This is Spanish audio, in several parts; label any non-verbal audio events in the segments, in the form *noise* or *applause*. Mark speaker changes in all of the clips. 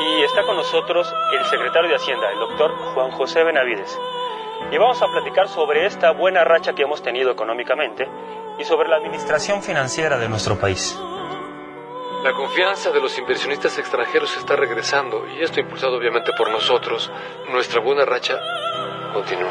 Speaker 1: Y está con nosotros el secretario de Hacienda, el doctor Juan José Benavides. Y vamos a platicar sobre esta buena racha que hemos tenido económicamente y sobre la administración financiera de nuestro país.
Speaker 2: La confianza de los inversionistas extranjeros está regresando y esto impulsado obviamente por nosotros. Nuestra buena racha continúa.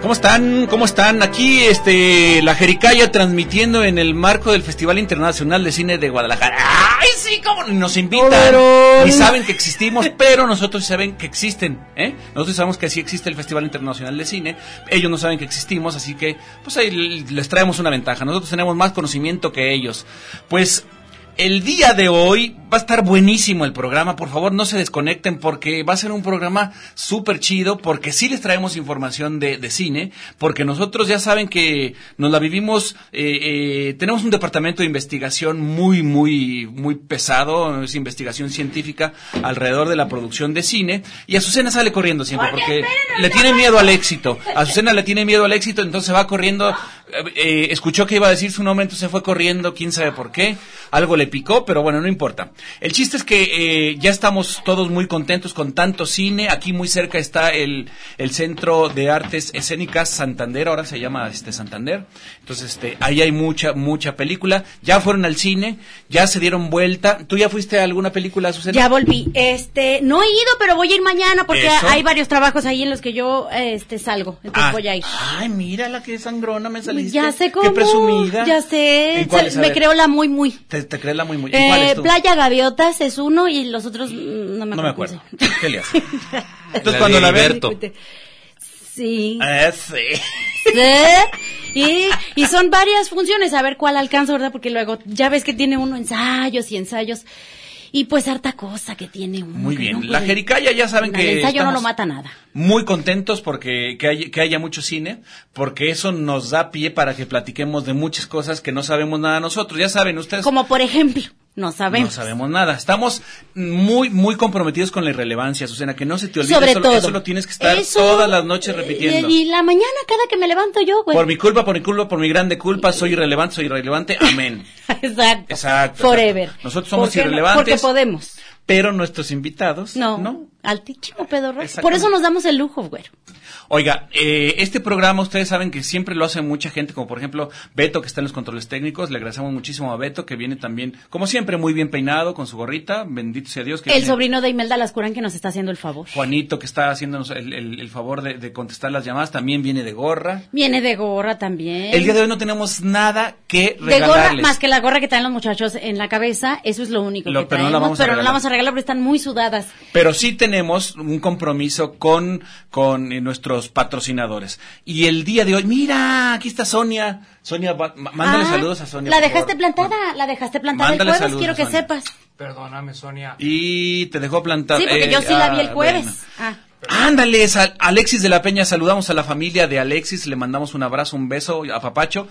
Speaker 3: ¿Cómo están? ¿Cómo están? Aquí este la Jericaya transmitiendo en el marco del Festival Internacional de Cine de Guadalajara. ¡Ay, sí! ¿Cómo nos invitan?
Speaker 4: Overol.
Speaker 3: Y saben que existimos, pero nosotros saben que existen, ¿eh? Nosotros sabemos que sí existe el Festival Internacional de Cine, ellos no saben que existimos, así que pues ahí les traemos una ventaja. Nosotros tenemos más conocimiento que ellos. Pues el día de hoy va a estar buenísimo el programa. Por favor, no se desconecten porque va a ser un programa súper chido porque sí les traemos información de, de cine, porque nosotros ya saben que nos la vivimos, eh, eh, tenemos un departamento de investigación muy, muy, muy pesado, es investigación científica alrededor de la producción de cine y Azucena sale corriendo siempre porque le tiene miedo al éxito. Azucena le tiene miedo al éxito, entonces va corriendo eh, eh, escuchó que iba a decir su nombre, entonces se fue corriendo, quién sabe por qué. Algo le picó, pero bueno, no importa. El chiste es que eh, ya estamos todos muy contentos con tanto cine. Aquí muy cerca está el, el Centro de Artes Escénicas Santander, ahora se llama este Santander. Entonces, este, ahí hay mucha, mucha película. Ya fueron al cine, ya se dieron vuelta. ¿Tú ya fuiste a alguna película, Azucena?
Speaker 5: Ya volví. Este, no he ido, pero voy a ir mañana porque
Speaker 3: Eso.
Speaker 5: hay varios trabajos ahí en los que yo este salgo. Entonces
Speaker 3: Ah,
Speaker 5: voy a ir.
Speaker 3: Ay, mira la que sangrona me saliste.
Speaker 5: Ya sé cómo.
Speaker 3: Qué presumida.
Speaker 5: Ya sé.
Speaker 3: ¿En cuáles?
Speaker 5: se-
Speaker 3: A
Speaker 5: me
Speaker 3: ver.
Speaker 5: creo la muy, muy.
Speaker 3: Te, te crees la muy muy. ¿Y
Speaker 5: Eh,
Speaker 3: cuál es tú?
Speaker 5: Playa Gaviotas es uno y los otros mm, no me acuerdo.
Speaker 3: No me acuerdo.
Speaker 5: *laughs*
Speaker 3: ¿Qué le hace? Entonces
Speaker 4: La
Speaker 3: cuando
Speaker 4: de
Speaker 3: la ven.
Speaker 4: Heriberto.
Speaker 5: Sí.
Speaker 3: Ah, sí.
Speaker 5: Sí. Y, y son varias funciones, a ver cuál alcanzo, ¿verdad? Porque luego ya ves que tiene uno ensayos y ensayos. Y pues harta cosa que tiene uno.
Speaker 3: Muy
Speaker 5: que
Speaker 3: bien.
Speaker 5: "Mm, no
Speaker 3: La
Speaker 5: puede.
Speaker 3: Jericaya ya saben
Speaker 5: El
Speaker 3: que.
Speaker 5: ensayo no
Speaker 3: estamos
Speaker 5: lo mata nada.
Speaker 3: Muy contentos porque que, hay- que haya mucho cine, porque eso nos da pie para que platiquemos de muchas cosas que no sabemos nada nosotros. Ya saben ustedes.
Speaker 5: Como por ejemplo, no sabemos.
Speaker 3: No sabemos nada. Estamos muy, muy comprometidos con la irrelevancia, Susana. Que no se te olvide.
Speaker 5: Sobre
Speaker 3: eso, lo-
Speaker 5: todo.
Speaker 3: Eso lo tienes que estar
Speaker 5: Eso,
Speaker 3: todas las noches
Speaker 5: eh,
Speaker 3: repitiendo.
Speaker 5: Y, pues. y la mañana cada que me levanto yo, güey.
Speaker 3: Por mi culpa, por mi culpa, por mi grande culpa, soy irrelevante, soy irrelevante.
Speaker 5: *laughs*
Speaker 3: Amén.
Speaker 5: *laughs* Exacto.
Speaker 3: Exacto,
Speaker 5: Forever.
Speaker 3: exacto. Nosotros somos
Speaker 5: ¿Por qué no?
Speaker 3: irrelevantes.
Speaker 5: Porque podemos.
Speaker 3: Pero nuestros invitados.
Speaker 5: No.
Speaker 3: ¿no?
Speaker 5: Altísimo pedorra.
Speaker 3: Exactamente.
Speaker 5: Por eso nos damos el lujo, güero.
Speaker 3: Oiga, eh, este programa ustedes saben que siempre lo hace mucha gente, como por ejemplo Beto que está en los controles técnicos, le agradecemos muchísimo a Beto que viene también, como siempre, muy bien peinado con su gorrita, bendito sea Dios. Que
Speaker 5: El
Speaker 3: viene-
Speaker 5: sobrino de Imelda Lascurán que nos está haciendo el favor.
Speaker 3: Juanito que está haciéndonos el, el- el favor de, de contestar las llamadas, también viene de gorra.
Speaker 5: Viene de gorra también.
Speaker 3: El día de hoy no tenemos nada
Speaker 5: De
Speaker 3: que
Speaker 5: gorra,
Speaker 3: regalarles.
Speaker 5: más que la gorra que traen los muchachos en la cabeza, eso es lo único
Speaker 3: Lo-
Speaker 5: que
Speaker 3: pero no
Speaker 5: traemos,
Speaker 3: la vamos a
Speaker 5: pero no la
Speaker 3: regalar.
Speaker 5: vamos a regalar porque están muy sudadas.
Speaker 3: Pero sí tenemos un compromiso con, con eh, nuestros patrocinadores. Y el día de hoy, mira, aquí está Sonia. Sonia, va- ma- mándale
Speaker 5: Ah,
Speaker 3: saludos a Sonia.
Speaker 5: La
Speaker 3: por
Speaker 5: dejaste
Speaker 3: favor.
Speaker 5: plantada, la dejaste plantada
Speaker 3: Mándale
Speaker 5: el jueves,
Speaker 3: saludos
Speaker 5: quiero
Speaker 3: a
Speaker 5: que
Speaker 3: Sonia.
Speaker 5: sepas.
Speaker 4: Perdóname, Sonia.
Speaker 3: Y te dejó plantada.
Speaker 5: Sí, porque
Speaker 3: eh,
Speaker 5: yo sí la vi el
Speaker 3: ah,
Speaker 5: jueves.
Speaker 3: bueno.
Speaker 5: Ah.
Speaker 3: Ándale, sal- Alexis de la Peña, saludamos a la familia de Alexis, le mandamos un abrazo, un beso a Papacho,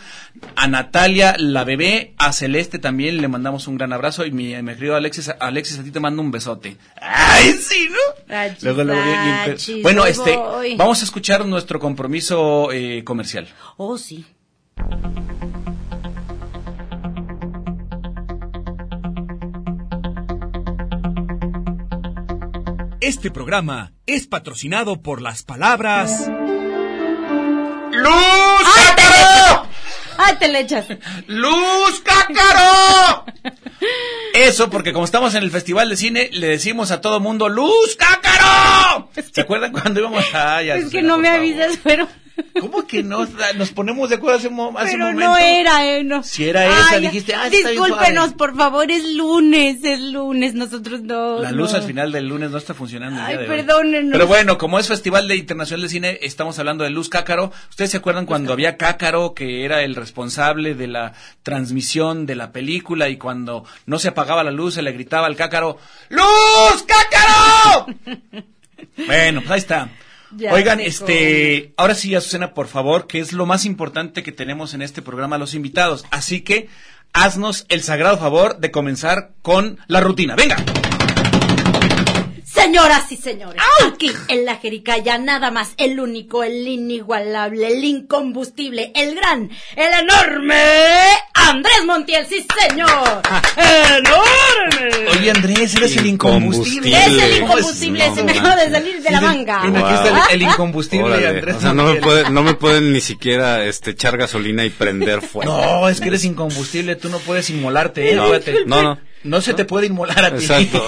Speaker 3: a Natalia, la bebé, a Celeste también le mandamos un gran abrazo y mi, mi querido Alexis, Alexis, a ti te mando un besote. ¡Ay, sí, no!
Speaker 5: Achis,
Speaker 3: bien- bien pe-
Speaker 5: achis,
Speaker 3: bueno,
Speaker 5: ahí
Speaker 3: este,
Speaker 5: voy.
Speaker 3: vamos a escuchar nuestro compromiso eh, comercial.
Speaker 5: Oh, sí.
Speaker 6: Este programa es patrocinado por las palabras.
Speaker 5: ¡Ay, te le echas! ¡Ay, te le
Speaker 3: *laughs*
Speaker 5: echas!
Speaker 3: ¡Luz Cácaro! Eso, porque como estamos en el Festival de Cine, le decimos a todo mundo, ¡Luz Cácaro! ¿Se acuerdan cuando íbamos a...
Speaker 5: es que no me avisas, pero.
Speaker 3: ¿Cómo que no? Nos ponemos de acuerdo hace, mo- hace
Speaker 5: Pero
Speaker 3: un momento.
Speaker 5: no era, eh, no.
Speaker 3: Si era esa, dijiste, ah, esa está bien
Speaker 5: Discúlpenos,
Speaker 3: suave.
Speaker 5: por favor, es lunes, es lunes, nosotros no.
Speaker 3: La luz
Speaker 5: no.
Speaker 3: al final del lunes no está funcionando. el
Speaker 5: Ay,
Speaker 3: día de hoy.
Speaker 5: perdónenos.
Speaker 3: Pero bueno, como es Festival de Internacional de Cine, estamos hablando de Luz Cácaro. ¿Ustedes se acuerdan cuando había Cácaro, que era el responsable de la transmisión de la película y cuando no se apagaba la luz, se le gritaba al Cácaro, ¡Luz
Speaker 5: *laughs*
Speaker 3: Cácaro! bueno, pues ahí está.
Speaker 5: Ya
Speaker 3: Oigan,
Speaker 5: sé
Speaker 3: este, ahora sí, Azucena, por favor, que es lo más importante que tenemos en este programa los invitados. Así que haznos el sagrado favor de comenzar con la rutina. Venga.
Speaker 5: Señoras y señores, aquí en la Jericaya nada más el único, el inigualable, el incombustible, el gran, el enorme Andrés Montiel, sí
Speaker 3: *laughs*
Speaker 5: señor. ¡Enorme!
Speaker 3: Oye, Andrés, eres el incombustible.
Speaker 5: Es el
Speaker 3: ¿Cómo
Speaker 5: incombustible,
Speaker 3: No,
Speaker 5: se me
Speaker 3: man.
Speaker 5: acaba de salir de la
Speaker 3: Sí,
Speaker 5: manga.
Speaker 3: mira, aquí
Speaker 7: Wow.
Speaker 3: está el, el incombustible,
Speaker 7: Órale,
Speaker 3: Andrés.
Speaker 7: o sea, no me,
Speaker 3: Montiel.
Speaker 7: puede- no me pueden ni siquiera este, echar gasolina
Speaker 3: *laughs*
Speaker 7: y prender fuego.
Speaker 3: No, es que eres incombustible, tú no puedes inmolarte, eh,
Speaker 7: No,
Speaker 3: acuérdate.
Speaker 7: no, no.
Speaker 3: No se te puede inmolar a ti. *laughs*
Speaker 7: Exacto.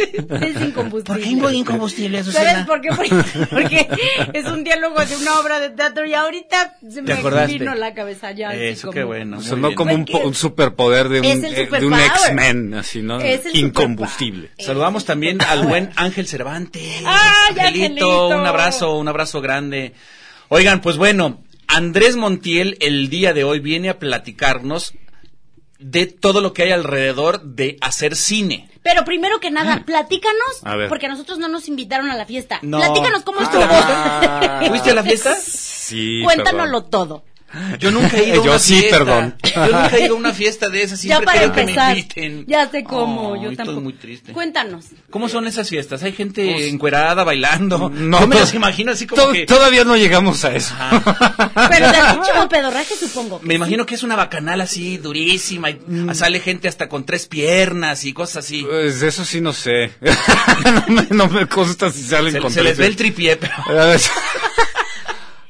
Speaker 5: Es
Speaker 3: ¿Por qué
Speaker 5: incombustible.
Speaker 3: inmo- incombustible,
Speaker 5: ¿Sabes
Speaker 3: Azucena?
Speaker 5: por qué? Porque, porque es un diálogo de una obra de teatro y ahorita se
Speaker 3: ¿Te
Speaker 5: me
Speaker 3: acordaste?
Speaker 5: vino la cabeza ya. así
Speaker 3: Eso,
Speaker 5: como-
Speaker 3: qué bueno.
Speaker 7: O
Speaker 3: muy
Speaker 7: sea, no
Speaker 3: bien.
Speaker 7: como un, po- un superpoder de un,
Speaker 5: Es el
Speaker 7: eh, de un
Speaker 5: superpower.
Speaker 7: X-Men, así, ¿no?
Speaker 5: Es el
Speaker 7: Incombustible.
Speaker 3: Saludamos también al buen Ángel Cervantes.
Speaker 5: ¡Ay, Ah, Angelito!
Speaker 3: Un abrazo, un abrazo grande. Oigan, pues bueno, Andrés Montiel el día de hoy viene a platicarnos de todo lo que hay alrededor de hacer cine.
Speaker 5: Pero primero que nada, platícanos,
Speaker 7: A ver.
Speaker 5: porque a nosotros no nos invitaron a la fiesta.
Speaker 3: No.
Speaker 5: Platícanos cómo estuvo.
Speaker 3: Ah. ¿Fuiste a la fiesta?
Speaker 7: Sí,
Speaker 5: Cuéntanoslo
Speaker 7: perdón.
Speaker 5: todo.
Speaker 3: *laughs* Yo nunca he ido a
Speaker 7: Yo
Speaker 3: una
Speaker 7: sí,
Speaker 3: fiesta.
Speaker 7: perdón.
Speaker 3: Yo nunca he ido a una fiesta de esas.
Speaker 5: *laughs* Ya
Speaker 3: Siempre
Speaker 5: para
Speaker 3: quiero
Speaker 5: empezar.
Speaker 3: que me inviten.
Speaker 5: Ya sé cómo,
Speaker 3: Ay,
Speaker 5: yo
Speaker 3: estoy
Speaker 5: tampoco.
Speaker 3: muy triste. *laughs*
Speaker 5: Cuéntanos.
Speaker 3: ¿Cómo son esas fiestas? Hay gente encuerada, bailando. No,
Speaker 7: Pues, No,
Speaker 3: me
Speaker 7: to-
Speaker 3: las imagino así como
Speaker 7: to-
Speaker 3: que...
Speaker 7: Todavía no llegamos a eso.
Speaker 5: Pero te has hecho un pedorraje, supongo.
Speaker 3: Me imagino que es una bacanal así durísima y
Speaker 7: Mm.
Speaker 3: sale gente hasta con tres piernas y cosas así.
Speaker 7: *laughs* Pues eso sí no sé. *laughs* no, me, no me consta si salen
Speaker 3: Se,
Speaker 7: con
Speaker 3: se les ve el
Speaker 7: tres-
Speaker 3: tripié, pero
Speaker 7: A ver, *laughs*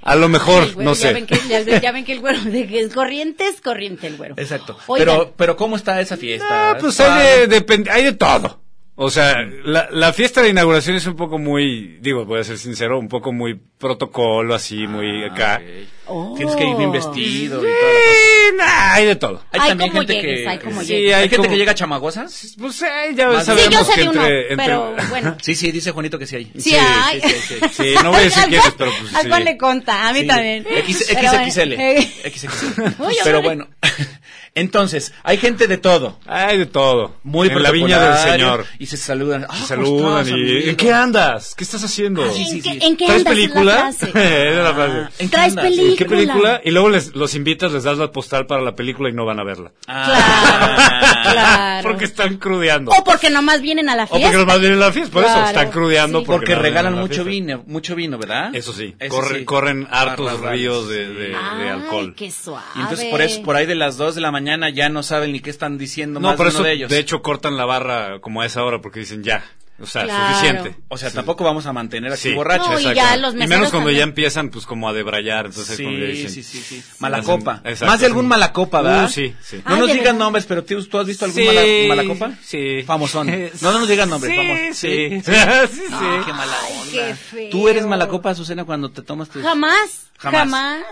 Speaker 7: A lo mejor,
Speaker 5: Sí, güero,
Speaker 7: no
Speaker 5: ya Ven
Speaker 7: sé.
Speaker 5: que, ya, ya ven que el güero de que es corriente, es corriente el güero.
Speaker 3: exacto.
Speaker 5: Oigan,
Speaker 3: Pero pero cómo está esa fiesta?
Speaker 7: Eh. Ah, pues hay de, depen- hay de todo. O sea, la, la fiesta de inauguración es un poco muy, digo, voy a ser sincero, un poco muy protocolo, así,
Speaker 3: Ah,
Speaker 7: muy acá.
Speaker 5: oh.
Speaker 3: Tienes que ir bien vestido y todo. pues.
Speaker 7: Y, nah, hay de todo.
Speaker 3: Hay
Speaker 5: Ay,
Speaker 3: también
Speaker 5: cómo
Speaker 3: gente
Speaker 5: llegues,
Speaker 3: que
Speaker 5: ay, cómo
Speaker 3: Sí,
Speaker 5: llegues.
Speaker 3: hay,
Speaker 7: Hay
Speaker 3: gente
Speaker 7: como-
Speaker 3: que llega chamagosa. Sí,
Speaker 7: Pues eh, ya
Speaker 3: Más bien.
Speaker 5: Sí,
Speaker 7: sabemos
Speaker 5: yo sé
Speaker 7: que
Speaker 5: de uno,
Speaker 7: entre- entre-
Speaker 5: pero
Speaker 7: *laughs*
Speaker 5: bueno.
Speaker 3: sí, dice Juanito que sí hay.
Speaker 5: Sí, hay.
Speaker 7: sí, sí,
Speaker 5: *laughs*
Speaker 7: sí. Sí, no voy a decir
Speaker 5: Al
Speaker 7: quién es,
Speaker 5: Juan-
Speaker 7: pero pues
Speaker 5: Al
Speaker 7: sí.
Speaker 5: Juan le conta, a mí
Speaker 3: Sí,
Speaker 5: también.
Speaker 3: X-
Speaker 5: Pero bueno,
Speaker 3: XXL.
Speaker 5: eh,
Speaker 3: XXL.
Speaker 5: *laughs* Uy,
Speaker 3: Pero
Speaker 5: órale.
Speaker 3: bueno. *laughs* Entonces, hay gente de todo.
Speaker 7: Hay de todo.
Speaker 3: Muy
Speaker 7: en la viña del
Speaker 3: protocolaria,
Speaker 7: señor.
Speaker 3: Y se saludan. Ah,
Speaker 7: Se
Speaker 3: ¿cómo
Speaker 7: saludan
Speaker 3: estás,
Speaker 7: y...
Speaker 3: amigo?
Speaker 7: ¿En qué andas? ¿Qué estás haciendo?
Speaker 5: ¿En,
Speaker 3: sí, sí.
Speaker 5: qué, ¿En qué andas
Speaker 7: ¿Traes
Speaker 5: en la
Speaker 7: película? *laughs*
Speaker 5: clase?
Speaker 7: Era la frase.
Speaker 3: Ah, ¿En qué
Speaker 5: Traes
Speaker 3: andas?
Speaker 5: película.
Speaker 7: ¿En qué película? Y luego les, los invitas, les das la postal para la película y no van a verla.
Speaker 3: Ah.
Speaker 5: *laughs* Claro, claro.
Speaker 7: Porque están crudeando.
Speaker 5: O porque nomás vienen a la
Speaker 7: O porque
Speaker 5: fiesta.
Speaker 7: los más vienen a la fiesta, por
Speaker 5: Claro.
Speaker 7: eso están crudeando.
Speaker 5: Sí.
Speaker 3: *laughs* Porque
Speaker 7: no
Speaker 3: regalan
Speaker 7: vienen a la
Speaker 3: mucho
Speaker 7: fiesta.
Speaker 3: vino, mucho vino, ¿verdad?
Speaker 7: Eso sí,
Speaker 3: Eso
Speaker 7: corre-
Speaker 3: sí.
Speaker 7: corren hartos
Speaker 3: Barras,
Speaker 7: ríos
Speaker 3: barras,
Speaker 7: de,
Speaker 3: sí.
Speaker 7: de- de
Speaker 5: Ay,
Speaker 7: alcohol.
Speaker 5: qué suave.
Speaker 3: Y entonces por eso, por ahí de las 2 de la mañana ya no saben ni qué están diciendo
Speaker 7: No,
Speaker 3: más
Speaker 7: por
Speaker 3: de uno
Speaker 7: eso,
Speaker 3: de
Speaker 7: de,
Speaker 3: ellos.
Speaker 7: hecho, cortan la barra como a esa hora porque dicen ya. O sea,
Speaker 5: Claro.
Speaker 7: suficiente.
Speaker 3: o sea, tampoco vamos a mantener aquí
Speaker 7: Sí.
Speaker 3: borrachos.
Speaker 5: No, y ya
Speaker 7: Exacto.
Speaker 5: los meseros
Speaker 7: menos cuando
Speaker 5: también.
Speaker 7: ya empiezan, pues como a debrayar. Entonces,
Speaker 3: Sí,
Speaker 7: como que dicen,
Speaker 3: sí, sí, sí. Malacopa.
Speaker 7: Exacto.
Speaker 3: Más de algún malacopa, ¿verdad?
Speaker 7: Uh, sí, sí.
Speaker 3: No
Speaker 5: Ah,
Speaker 3: nos
Speaker 5: ¿de
Speaker 3: digan
Speaker 5: verdad?
Speaker 3: nombres, pero tío, ¿tú has visto algún
Speaker 7: Sí,
Speaker 3: mala- malacopa?
Speaker 7: sí. *laughs*
Speaker 3: Famosón. No, no nos digan nombres,
Speaker 7: Sí,
Speaker 3: famoso.
Speaker 7: sí. *laughs* Sí, sí.
Speaker 3: qué mala
Speaker 5: Ay,
Speaker 3: onda.
Speaker 5: qué feo.
Speaker 7: pues,
Speaker 3: ¿Tú eres malacopa, Azucena, cuando te tomas tu...
Speaker 5: Jamás,
Speaker 3: Jamás.
Speaker 5: jamás.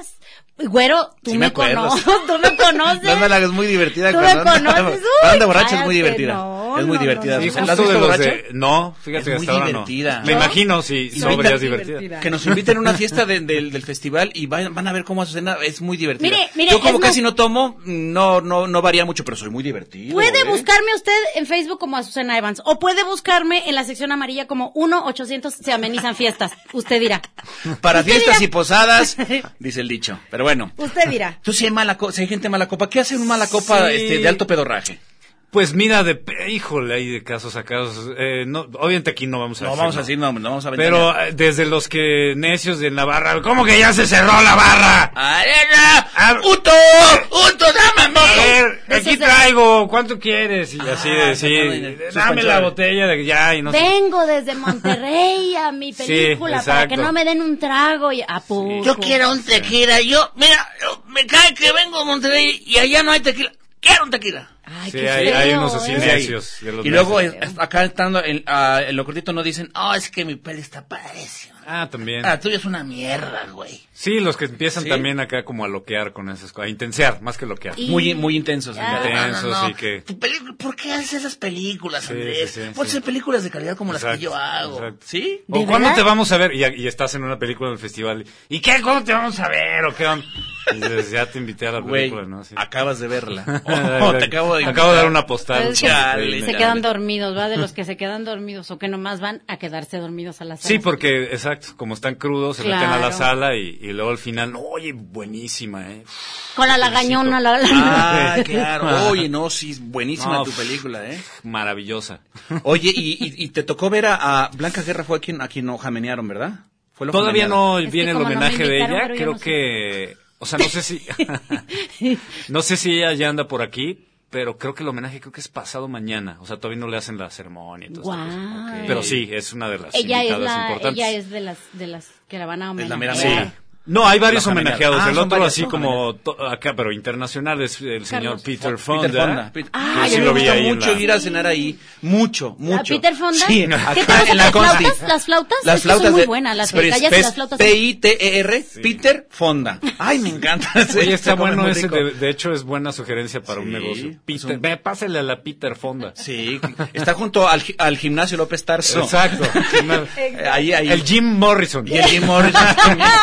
Speaker 5: Güero, tú
Speaker 3: Sí me
Speaker 5: me,
Speaker 3: acuerdo,
Speaker 5: conoces,
Speaker 3: sí.
Speaker 5: *laughs* tú me conoces.
Speaker 3: No, no, es muy divertida.
Speaker 5: eh. Tú
Speaker 3: cuando
Speaker 5: me
Speaker 3: anda-
Speaker 5: conoces. Uy,
Speaker 3: cuando anda borracha es
Speaker 5: cállate,
Speaker 3: muy divertida.
Speaker 5: no,
Speaker 3: es muy
Speaker 5: no,
Speaker 3: divertida.
Speaker 5: no, no.
Speaker 7: Sí,
Speaker 3: O sea,
Speaker 7: justo
Speaker 3: ¿la has visto
Speaker 7: de los
Speaker 3: borracha?
Speaker 7: de- No, fíjate
Speaker 3: Es
Speaker 7: que
Speaker 3: muy
Speaker 7: hasta ahora no.
Speaker 3: divertida.
Speaker 7: Me
Speaker 3: Yo-
Speaker 7: imagino si
Speaker 5: Soy
Speaker 7: sobria
Speaker 5: tan
Speaker 7: es divertida.
Speaker 3: Que nos inviten a una fiesta de- del, del festival y van, van a ver cómo Azucena es muy divertida.
Speaker 5: Mire, mire,
Speaker 3: Yo como
Speaker 5: es
Speaker 3: casi
Speaker 5: más-
Speaker 3: no tomo, no, no, no varía mucho, pero soy muy divertido.
Speaker 5: Puede
Speaker 3: ¿eh?
Speaker 5: buscarme usted en Facebook como Azucena Evans o puede buscarme en la sección amarilla como 1-800 se amenizan fiestas. Usted dirá.
Speaker 3: Para
Speaker 5: Usted
Speaker 3: fiestas
Speaker 4: *laughs*
Speaker 5: dirá.
Speaker 3: y posadas, dice el dicho. Pero bueno.
Speaker 5: Usted dirá.
Speaker 3: Tú si hay mala co- si hay gente mala copa, ¿qué hace un mala copa
Speaker 7: Sí.
Speaker 3: este, de alto pedorraje?
Speaker 7: Pues mira, de, pe- híjole, hay de casos a casos. Eh, no, obviamente aquí no vamos a
Speaker 3: No
Speaker 7: decir,
Speaker 3: vamos a decir nombres, no vamos a
Speaker 7: Pero
Speaker 3: ventanear.
Speaker 7: eh, desde los que necios de la barra, ¿cómo que ya se cerró la barra?
Speaker 3: ¡Arena!
Speaker 7: Ah,
Speaker 3: ¡Uto! ¡Uto! ¡Dame
Speaker 7: A
Speaker 3: moto!
Speaker 7: ver,
Speaker 5: Ese
Speaker 7: aquí
Speaker 5: es el-
Speaker 7: traigo, ¿cuánto quieres? Y así
Speaker 3: Ah,
Speaker 7: de, sí,
Speaker 3: sacando el- su
Speaker 7: dame la
Speaker 3: panchote.
Speaker 7: botella de ya y *laughs* no sé.
Speaker 5: Vengo desde Monterrey a mi
Speaker 7: Sí,
Speaker 5: película para que
Speaker 7: exacto.
Speaker 5: no me den un trago y a poco.
Speaker 4: Yo quiero un tequila. Yo, mira, yo- me cae que vengo a Monterrey y allá no hay tequila. Quiero un tequila.
Speaker 5: Ay,
Speaker 7: Sí,
Speaker 5: qué
Speaker 7: hay,
Speaker 5: feo,
Speaker 7: hay unos así
Speaker 5: ¿eh?
Speaker 7: necios. de los
Speaker 3: Y luego
Speaker 7: necios.
Speaker 3: eh, acá estando en, ah, en lo cortito no dicen, "Ah,
Speaker 4: No, es que mi peli está padrísima.
Speaker 7: Ah, también.
Speaker 4: La tuya es una mierda, güey.
Speaker 7: Sí, los que empiezan
Speaker 3: Sí.
Speaker 7: también acá como a loquear con esas cosas, a intensear más que loquear.
Speaker 5: Y-
Speaker 3: muy, muy intensos.
Speaker 4: No,
Speaker 5: Ah.
Speaker 4: no,
Speaker 7: Intensos
Speaker 4: no.
Speaker 7: y que-
Speaker 4: Tu película- ¿Por qué haces esas películas,
Speaker 7: Sí,
Speaker 4: Andrés?
Speaker 7: sí, sí,
Speaker 4: Ponte
Speaker 7: sí.
Speaker 4: hacer películas de calidad como las que
Speaker 7: Exacto,
Speaker 4: yo hago.
Speaker 7: exacto.
Speaker 3: ¿Sí?
Speaker 7: ¿O
Speaker 5: ¿De
Speaker 7: cuándo
Speaker 5: verdad?
Speaker 7: te vamos a ver? Y, y estás en una película del festival. ¿Y qué? ¿Cuándo te vamos a ver? ¿O qué vamos? Y dices, ya te invité a la
Speaker 3: Güey,
Speaker 7: película, ¿no? Sí.
Speaker 3: acabas de
Speaker 7: *laughs*
Speaker 3: verla. Oh, te acabo de
Speaker 7: Acabo de dar
Speaker 3: invitar.
Speaker 7: una postal.
Speaker 5: Es que
Speaker 3: Chale,
Speaker 5: se
Speaker 3: chale.
Speaker 5: quedan dormidos, ¿va? De los que se quedan dormidos o que nomás van a quedarse dormidos a la sala.
Speaker 7: Sí, porque, exacto, como están crudos, se meten a la
Speaker 5: Claro.
Speaker 7: sala y, y luego al final, oye, buenísima, ¿eh?
Speaker 5: Con la lagañona, la, la-
Speaker 3: Ah,
Speaker 5: *laughs*
Speaker 7: *laughs*
Speaker 3: claro. Oye, no, sí, buenísima
Speaker 7: No,
Speaker 3: tu
Speaker 7: pff.
Speaker 3: película, ¿eh?
Speaker 7: Maravillosa.
Speaker 5: *laughs*
Speaker 3: Oye, y, y- y te tocó ver a, a Blanca Guerra, fue a quien, a quien no jamenearon, ¿verdad? Fue lo
Speaker 7: Todavía
Speaker 3: jameneado.
Speaker 7: no
Speaker 5: Es que
Speaker 7: viene el
Speaker 5: como no me
Speaker 7: homenaje de
Speaker 5: invitaron,
Speaker 7: ella,
Speaker 5: pero yo
Speaker 7: creo
Speaker 5: no sé.
Speaker 7: que... O sea, no
Speaker 5: *laughs*
Speaker 7: sé si... no sé si ella ya anda por aquí, pero creo que el homenaje creo que es pasado mañana. O sea, todavía no le hacen la ceremonia. y todo
Speaker 5: Guau.
Speaker 7: esto. Pero sí, es una de las
Speaker 5: Ella es
Speaker 7: invitadas
Speaker 5: la,
Speaker 7: importantes.
Speaker 5: ella es de las, de las que la van a
Speaker 3: Pues Es
Speaker 5: homenajear.
Speaker 3: la mera
Speaker 7: Sí.
Speaker 3: Claro.
Speaker 7: No, hay varios
Speaker 3: Los
Speaker 7: homenajeados.
Speaker 3: homenajeados. Ah,
Speaker 7: el
Speaker 3: son
Speaker 7: otro
Speaker 3: varios,
Speaker 7: así
Speaker 3: ¿no?
Speaker 7: como to- acacá, pero internacional es el señor
Speaker 5: Carlos
Speaker 7: Peter Fonda.
Speaker 3: Peter Fonda. Pit-
Speaker 5: Ah,
Speaker 3: Yo
Speaker 5: ya
Speaker 3: sí
Speaker 5: me
Speaker 3: lo vi
Speaker 5: gusta
Speaker 7: ahí en
Speaker 3: mucho
Speaker 7: la-
Speaker 3: ir a cenar ahí. Mucho, mucho.
Speaker 5: Peter Fonda?
Speaker 3: Sí,
Speaker 5: ¿Qué
Speaker 3: acá
Speaker 5: te gustan,
Speaker 3: en la
Speaker 5: las
Speaker 3: Consti.
Speaker 5: flautas? ¿Las flautas? Es que son muy buenas, las
Speaker 3: pero es
Speaker 5: jericayas y
Speaker 3: Pes-
Speaker 5: las flautas.
Speaker 3: P-I-T-E-R, E Peter Fonda. Ay, me encanta.
Speaker 7: *laughs* Oye, está
Speaker 3: Se come
Speaker 7: bueno
Speaker 3: muy
Speaker 7: ese.
Speaker 3: rico.
Speaker 7: De, de hecho, es buena sugerencia para un
Speaker 3: Sí,
Speaker 7: negocio.
Speaker 3: es
Speaker 7: Peter,
Speaker 3: un-
Speaker 7: ve, pásale a la Peter Fonda.
Speaker 3: Sí, está junto al, gi- al gimnasio López Tarso. *laughs*
Speaker 7: Exacto.
Speaker 3: Eh, Ahí, ahí.
Speaker 7: el Jim Morrison. Ah,
Speaker 3: Y el Jim Morrison también.
Speaker 5: *laughs*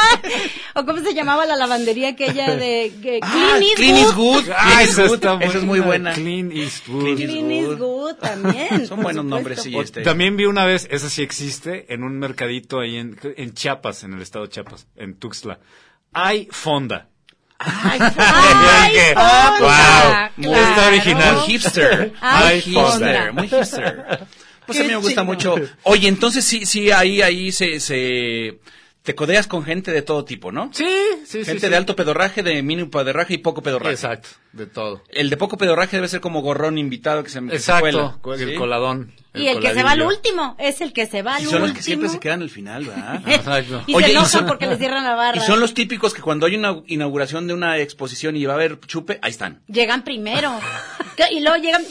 Speaker 5: ¿O cómo se llamaba la lavandería aquella de que,
Speaker 3: Ah,
Speaker 5: Clean Eastwood?
Speaker 3: Clean is good.
Speaker 7: Ah,
Speaker 3: Clean is
Speaker 7: esa
Speaker 3: good.
Speaker 7: está
Speaker 3: Esa es muy buena.
Speaker 7: Clean Eastwood.
Speaker 3: Clean Eastwood.
Speaker 5: Clean Eastwood también.
Speaker 3: Son
Speaker 5: por
Speaker 3: buenos
Speaker 5: supuesto.
Speaker 3: nombres, sí.
Speaker 7: O-
Speaker 3: este.
Speaker 7: También vi una vez, esa sí existe, en un mercadito ahí en, en Chiapas, en el estado de Chiapas, en Tuxtla. Hay Fonda.
Speaker 3: *laughs*
Speaker 5: Ay,
Speaker 7: ¿Qué?
Speaker 3: Ah,
Speaker 5: Fonda,
Speaker 7: Wow. Está original.
Speaker 3: Muy hipster.
Speaker 5: Ay,
Speaker 3: Muy
Speaker 5: Fonda.
Speaker 3: hipster. Muy hipster. Pues a
Speaker 5: Qué
Speaker 3: mí me gusta
Speaker 5: chido.
Speaker 3: mucho. Oye, entonces sí, sí, ahí, ahí se, se, te codeas con gente de todo tipo, ¿no?
Speaker 7: Sí, sí, sí.
Speaker 3: gente
Speaker 7: sí.
Speaker 3: de alto pedorraje, de mínimo pedorraje y poco pedorraje.
Speaker 7: Exacto, de todo.
Speaker 3: El de poco pedorraje debe ser como gorrón invitado que se, que se
Speaker 7: Exacto,
Speaker 3: cuela,
Speaker 7: el
Speaker 3: ¿sí?
Speaker 7: coladón.
Speaker 5: Y el que se va al
Speaker 7: coladillo.
Speaker 5: último, es el que se va al
Speaker 3: Y
Speaker 5: último.
Speaker 3: son los que siempre se quedan al final, ¿verdad?
Speaker 7: Exacto.
Speaker 5: *laughs* Y
Speaker 3: Oye,
Speaker 5: se
Speaker 3: y
Speaker 5: enojan
Speaker 3: son-
Speaker 5: porque les cierran la barra.
Speaker 3: Y son los típicos que cuando hay una inauguración de una exposición y va a haber chupe, ahí están.
Speaker 5: Llegan
Speaker 7: *laughs*
Speaker 5: primero. Que- y luego llegan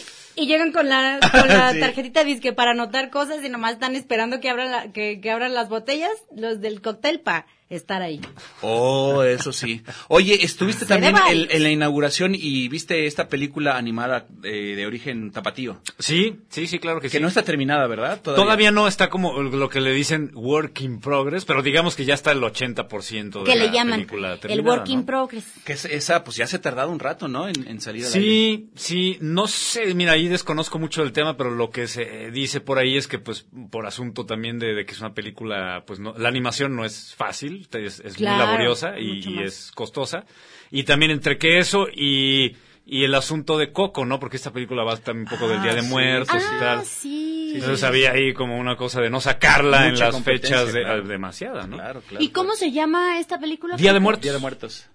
Speaker 5: y llegan con la, con
Speaker 7: *laughs*
Speaker 5: la
Speaker 3: Sí.
Speaker 5: tarjetita disque para anotar cosas y nomás están esperando que abran la- que, que abran las botellas, los del cóctel para estar ahí.
Speaker 3: Oh, eso sí. Oye, estuviste también
Speaker 5: deba.
Speaker 3: en, en la inauguración y viste esta película animada eh, de origen tapatío,
Speaker 7: Sí, sí, sí, claro que,
Speaker 3: que
Speaker 7: sí.
Speaker 3: no está terminada, ¿verdad?
Speaker 7: Todavía no está como lo que le dicen work in progress, pero digamos que ya está el 80% de
Speaker 5: que
Speaker 7: la
Speaker 5: le llaman
Speaker 7: película
Speaker 5: el
Speaker 7: terminada,
Speaker 5: work in
Speaker 7: ¿no?
Speaker 5: progress.
Speaker 3: Que es- esa, pues ya se ha tardado un rato, ¿no? En, en salir al aire.
Speaker 7: Sí, sí, no sé, mira, ahí desconozco mucho del tema, pero lo que se eh, dice por ahí es que, pues, por asunto también de, de que es una película, pues, no, la animación no es fácil, te- es, es
Speaker 5: Claro,
Speaker 7: muy laboriosa y,
Speaker 5: mucho
Speaker 7: y
Speaker 5: más.
Speaker 7: es costosa. Y también entre que eso y, y el asunto de Coco, ¿no? Porque esta película va también un poco del
Speaker 3: Ah,
Speaker 7: Día de
Speaker 3: sí.
Speaker 7: Muertos y
Speaker 5: Ah,
Speaker 7: tal.
Speaker 5: sí.
Speaker 7: Entonces había ahí como una cosa de no sacarla en
Speaker 3: Mucha
Speaker 7: las
Speaker 3: competencia,
Speaker 7: fechas de,
Speaker 3: claro.
Speaker 7: ah, demasiada, ¿no?
Speaker 3: Claro, claro.
Speaker 5: ¿Y cómo se llama esta película?
Speaker 7: Día de Muertos.
Speaker 3: Día de Muertos.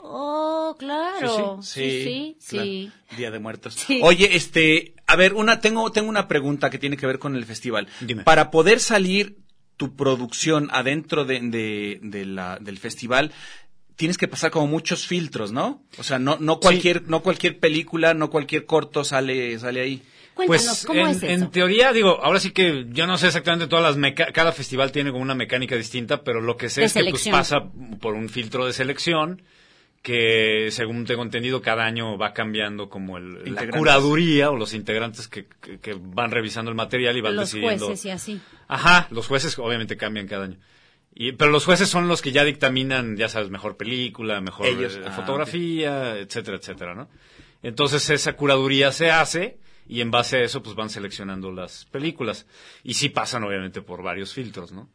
Speaker 5: Oh, claro. Sí, sí,
Speaker 3: claro.
Speaker 5: sí.
Speaker 3: Día de Muertos.
Speaker 5: Sí.
Speaker 3: Oye, este, a ver, una tengo tengo una pregunta que tiene que ver con el festival.
Speaker 7: Dime.
Speaker 3: Para poder salir tu producción adentro de, de- de la- del festival tienes que pasar como muchos filtros, ¿no? O sea, no no cualquier no cualquier película, no cualquier corto sale sale ahí.
Speaker 5: Cuéntanos,
Speaker 7: Pues
Speaker 5: ¿cómo
Speaker 7: en,
Speaker 5: es eso?
Speaker 7: en teoría, digo, ahora sí que yo no sé exactamente todas las meca- cada festival tiene como una mecánica distinta, pero lo que sé
Speaker 5: De
Speaker 7: es que pues,
Speaker 5: selección.
Speaker 7: pasa por un filtro de selección que según tengo entendido cada año va cambiando como el, la
Speaker 3: Integrantes.
Speaker 7: curaduría o los integrantes que, que- que van revisando el material y van
Speaker 5: Los
Speaker 7: decidiendo.
Speaker 5: jueces y así.
Speaker 7: Ajá, los jueces obviamente cambian cada año. Y, pero los jueces son los que ya dictaminan, ya sabes, mejor película, mejor
Speaker 3: Ellos,
Speaker 7: eh,
Speaker 3: ah,
Speaker 7: fotografía, etcétera, etcétera, ¿no? Entonces esa curaduría se hace y en base a eso pues van seleccionando las películas. Y sí pasan obviamente por varios filtros, ¿no?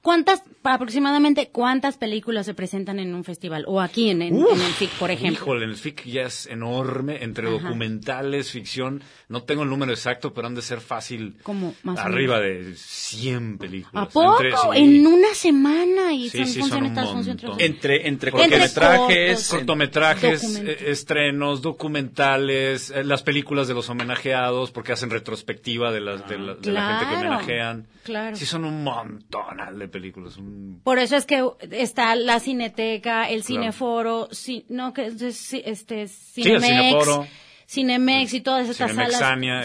Speaker 5: ¿Cuántas, aproximadamente, cuántas películas se presentan en un festival? O aquí en, en- en el FIC, por ejemplo.
Speaker 7: Híjole, el FIC ya es enorme, entre
Speaker 5: Ajá.
Speaker 7: documentales, ficción, no tengo el número exacto, pero han de ser fácil.
Speaker 5: Como más o
Speaker 7: arriba de 100 películas.
Speaker 5: ¿A poco?
Speaker 7: Entre- sí.
Speaker 5: En una semana y
Speaker 7: Sí,
Speaker 5: son
Speaker 7: sí,
Speaker 5: función
Speaker 7: son un
Speaker 5: tras función tras
Speaker 7: montón.
Speaker 5: función.
Speaker 3: Entre, entre
Speaker 5: Entre
Speaker 3: cortometrajes.
Speaker 5: cortos.
Speaker 3: en-
Speaker 7: cortometrajes,
Speaker 5: documentos.
Speaker 7: eh, estrenos, documentales, eh, las películas de los homenajeados, porque hacen retrospectiva de, las, de, la, de la gente que
Speaker 5: Claro,
Speaker 7: homenajean.
Speaker 5: claro.
Speaker 7: Sí, son un montón de películas. un-
Speaker 5: Por eso es que está la Cineteca, el Cineforo, ci- no, que es- es- este,
Speaker 7: el
Speaker 5: Cinemex,
Speaker 7: Cineforo.
Speaker 5: Cinemex y todas estas
Speaker 7: Cinemexania,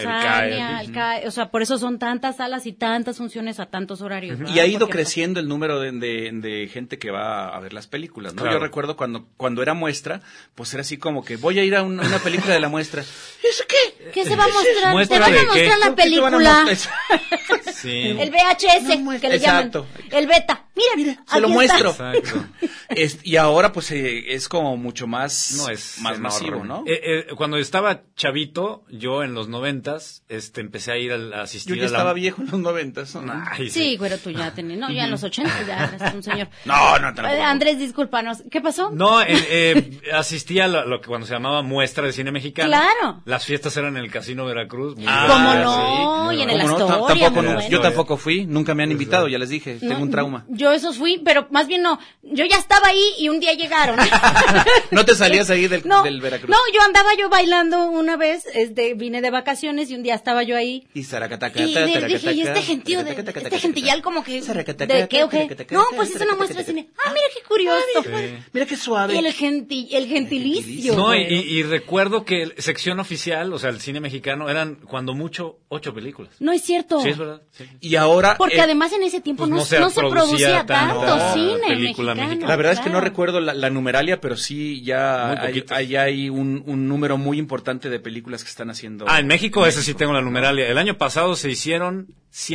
Speaker 5: salas.
Speaker 7: el CAE,
Speaker 5: Sania,
Speaker 7: el-
Speaker 5: el CAE, o sea, por eso son tantas salas y tantas funciones a tantos horarios. ¿verdad?
Speaker 3: Y ha ido
Speaker 5: Porque, pues,
Speaker 3: creciendo el número de, de- de gente que va a ver las películas, ¿no?
Speaker 7: Claro.
Speaker 3: Yo recuerdo cuando, cuando era muestra, pues era así como que voy a ir a una, una película de
Speaker 5: *laughs*
Speaker 3: la muestra. ¿Es qué?
Speaker 5: ¿Qué se va a mostrar?
Speaker 7: Muestra
Speaker 5: ¿Te van a
Speaker 7: de qué?
Speaker 5: mostrar la
Speaker 3: ¿Por qué te van a
Speaker 5: película?
Speaker 3: *laughs* mostrar?
Speaker 7: Sí.
Speaker 5: El VHS,
Speaker 3: No
Speaker 5: que
Speaker 3: muestra-
Speaker 5: le llaman.
Speaker 3: Exacto.
Speaker 5: El beta. Mira, mira.
Speaker 3: Se lo
Speaker 5: aquí está.
Speaker 3: muestro.
Speaker 7: Exacto.
Speaker 3: Es- y ahora pues eh, es como mucho más,
Speaker 7: No es
Speaker 3: *laughs* más
Speaker 7: enorme.
Speaker 3: masivo, ¿no?
Speaker 7: Eh, eh, cuando estaba chavito, yo en los noventas, este, empecé a ir a, a asistir
Speaker 3: Yo ya
Speaker 7: a la-
Speaker 3: estaba viejo en los noventas. ¿no?
Speaker 7: Ay,
Speaker 5: Sí, güero, tú ya tenías. No, ya en los 80 ya eras un
Speaker 7: *laughs*
Speaker 5: señor.
Speaker 3: No, no, tampoco.
Speaker 5: Eh, Andrés, discúlpanos. ¿Qué pasó?
Speaker 7: No, eh, eh, asistí a lo, lo que cuando se llamaba muestra de cine mexicano.
Speaker 5: Claro.
Speaker 7: Las fiestas eran en el Casino Veracruz. Muy
Speaker 3: Ah,
Speaker 5: ¿Cómo
Speaker 7: bien.
Speaker 5: no?
Speaker 7: Sí,
Speaker 5: Y en el
Speaker 7: claro.
Speaker 3: ¿Cómo no?
Speaker 5: Astoria,
Speaker 3: Tampoco,
Speaker 5: muy
Speaker 3: no.
Speaker 5: bueno.
Speaker 3: Yo tampoco fui, nunca me han invitado, ya les dije, tengo
Speaker 5: *laughs*
Speaker 3: un trauma.
Speaker 5: Yo esos fui, pero más bien no. Yo ya estaba ahí y un día llegaron. *laughs*
Speaker 3: No te salías ahí del- del Veracruz.
Speaker 5: No, yo andaba yo bailando una vez, este, vine de vacaciones y un día estaba yo ahí.
Speaker 3: Y zaracataca,
Speaker 5: Y de-
Speaker 3: taracataca,
Speaker 5: dije, y este gentío, de,
Speaker 3: taracataca,
Speaker 5: este
Speaker 3: taracataca,
Speaker 5: gentillal como que,
Speaker 3: taracataca,
Speaker 5: ¿de qué o qué?
Speaker 3: taracataca,
Speaker 5: No, pues es una muestra de
Speaker 3: taracataca.
Speaker 5: cine. Ah, mira qué curioso.
Speaker 3: Sí. Mira qué suave.
Speaker 5: Y el, genti, el gentilicio.
Speaker 7: No, y,
Speaker 5: güero.
Speaker 7: y- y recuerdo que el- sección oficial, o sea, el cine mexicano, eran cuando mucho ocho películas.
Speaker 5: No es cierto.
Speaker 7: Sí, es verdad. Sí.
Speaker 3: Y ahora.
Speaker 5: Porque
Speaker 3: eh,
Speaker 5: además en ese tiempo
Speaker 7: pues
Speaker 5: no,
Speaker 7: no se
Speaker 5: no se producía
Speaker 7: producía
Speaker 5: tanto
Speaker 7: tanta
Speaker 5: cine
Speaker 7: película
Speaker 5: mexicano.
Speaker 7: mexicana.
Speaker 3: La verdad es que no
Speaker 5: claro.
Speaker 3: recuerdo la, la numeralia, pero sí ya
Speaker 7: Muy
Speaker 3: hay,
Speaker 7: poquitas.
Speaker 3: ahí hay un, un número muy importante de películas que están haciendo.
Speaker 7: Ah, en México, ese sí tengo la numeralia. El año pasado se hicieron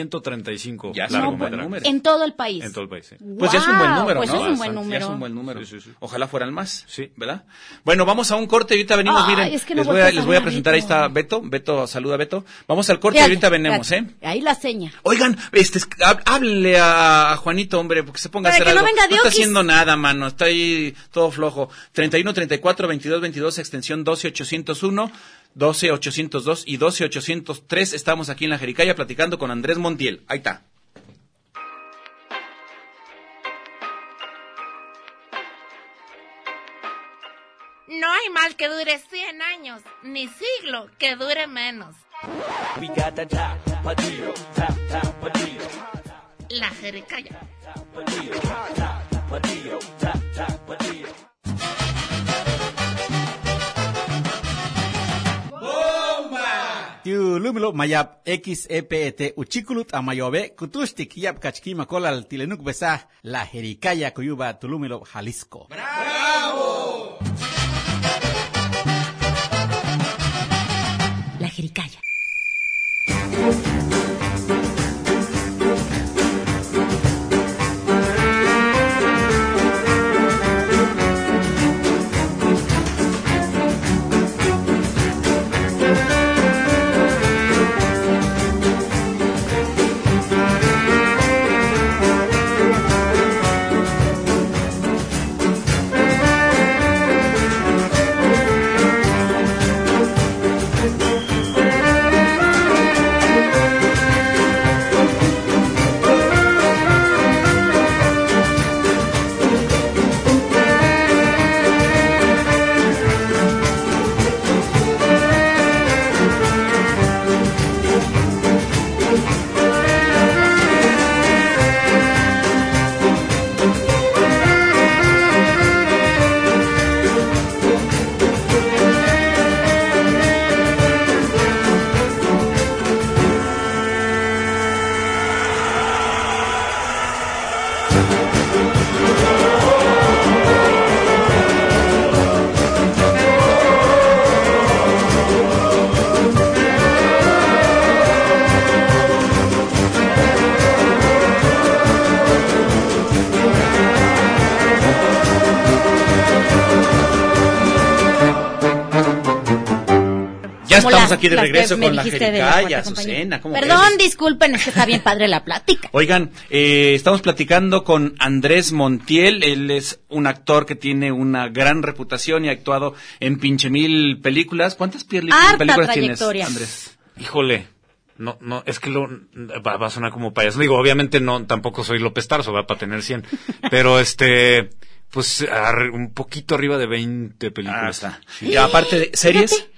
Speaker 7: 135
Speaker 3: Ya,
Speaker 5: No,
Speaker 7: largometrajes.
Speaker 3: número.
Speaker 5: en todo el país.
Speaker 7: En todo el país, sí.
Speaker 3: Pues ya es un buen
Speaker 5: Guau,
Speaker 3: número,
Speaker 5: pues
Speaker 3: ¿no?
Speaker 5: es un buen número.
Speaker 3: Ya es un buen número.
Speaker 7: Sí, sí, sí.
Speaker 3: Ojalá fueran más.
Speaker 7: Sí.
Speaker 3: ¿Verdad? Bueno, vamos a un corte y ahorita venimos.
Speaker 5: Ay,
Speaker 3: miren,
Speaker 5: es que no
Speaker 3: les, voy a,
Speaker 5: volteas a
Speaker 3: les voy a
Speaker 5: ver a
Speaker 3: presentar. Ahí
Speaker 5: Beto.
Speaker 3: está Beto. Beto, saluda a Beto. Vamos al corte y
Speaker 5: Fíjate,
Speaker 3: ahorita venimos, ¿eh?
Speaker 5: fíjate. Ahí la seña.
Speaker 3: Oigan, este, es- há- háblenle a a Juanito, hombre, porque se ponga a
Speaker 5: Para
Speaker 3: hacer
Speaker 5: que no
Speaker 3: algo.
Speaker 5: venga de
Speaker 3: está
Speaker 5: oquis.
Speaker 3: haciendo nada, mano. Está ahí todo flojo. 31, 34, 22, 22, extensión 12801, 12802 y 12803. Estamos aquí en la Jericaya platicando con Andrés Montiel. Ahí está.
Speaker 8: No hay mal que dure 100 años, ni siglo que dure menos. La jericaya.
Speaker 9: Tiulumilo mayap e, XEPET uchikulut amayobe kutushtik yap kachkima kolal tilenuk besah la jericaya cuyuba tulumilo Jalisco.
Speaker 5: La jericaya.
Speaker 3: ya
Speaker 5: como
Speaker 3: estamos
Speaker 5: la-
Speaker 3: aquí de
Speaker 5: la que
Speaker 3: regreso
Speaker 5: me
Speaker 3: con la
Speaker 5: dijiste de
Speaker 3: jericaya,
Speaker 5: cuarta compañía.
Speaker 3: Azucena, ¿cómo
Speaker 5: Perdón, disculpen, es que está bien padre la
Speaker 3: *laughs*
Speaker 5: plática.
Speaker 3: Oigan, eh, estamos platicando con Andrés Montiel. Él es un actor que tiene una gran reputación y ha actuado en pinche mil películas. ¿Cuántas peli-
Speaker 5: Harta
Speaker 3: películas tienes,
Speaker 5: trayectoria.
Speaker 3: Andrés?
Speaker 7: Híjole. No, no, es que lo, va, va a sonar como payaso. Digo, obviamente no, tampoco soy López Tarso, va para tener 100. Pero este, pues ar- un poquito arriba de 20 películas. Sí.
Speaker 3: Y aparte de series.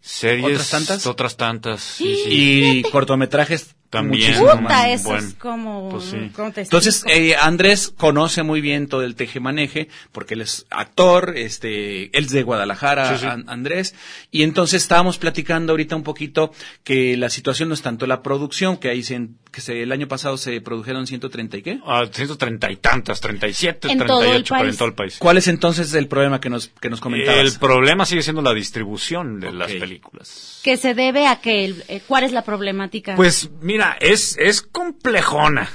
Speaker 7: Series.
Speaker 3: Ah, ¿Otras tantas?
Speaker 7: Otras tantas. sí, sí.
Speaker 3: Y cortometrajes
Speaker 7: También,
Speaker 3: muchísimo
Speaker 7: Puta,
Speaker 3: más.
Speaker 5: eso
Speaker 3: Bueno.
Speaker 5: es como
Speaker 3: Pues sí.
Speaker 5: un contexto.
Speaker 3: Entonces, eh, Andrés conoce muy bien todo el tejemaneje, porque él es actor, este, él es de Guadalajara,
Speaker 7: Sí, sí.
Speaker 3: An- Andrés, y entonces estábamos platicando ahorita un poquito que la situación no es tanto la producción, que ahí se, en- que se- el año pasado se produjeron 130 y qué?
Speaker 7: Ah, 130 y tantas, 37,
Speaker 3: En
Speaker 7: 38,
Speaker 3: todo el
Speaker 7: pero en
Speaker 3: país.
Speaker 7: todo el país.
Speaker 3: ¿Cuál es entonces el problema que nos, que nos comentabas?
Speaker 7: El problema sigue siendo la distribución de las películas.
Speaker 5: Que se debe a que, el- eh, ¿cuál es la problemática?
Speaker 7: Pues mira, es, es complejona.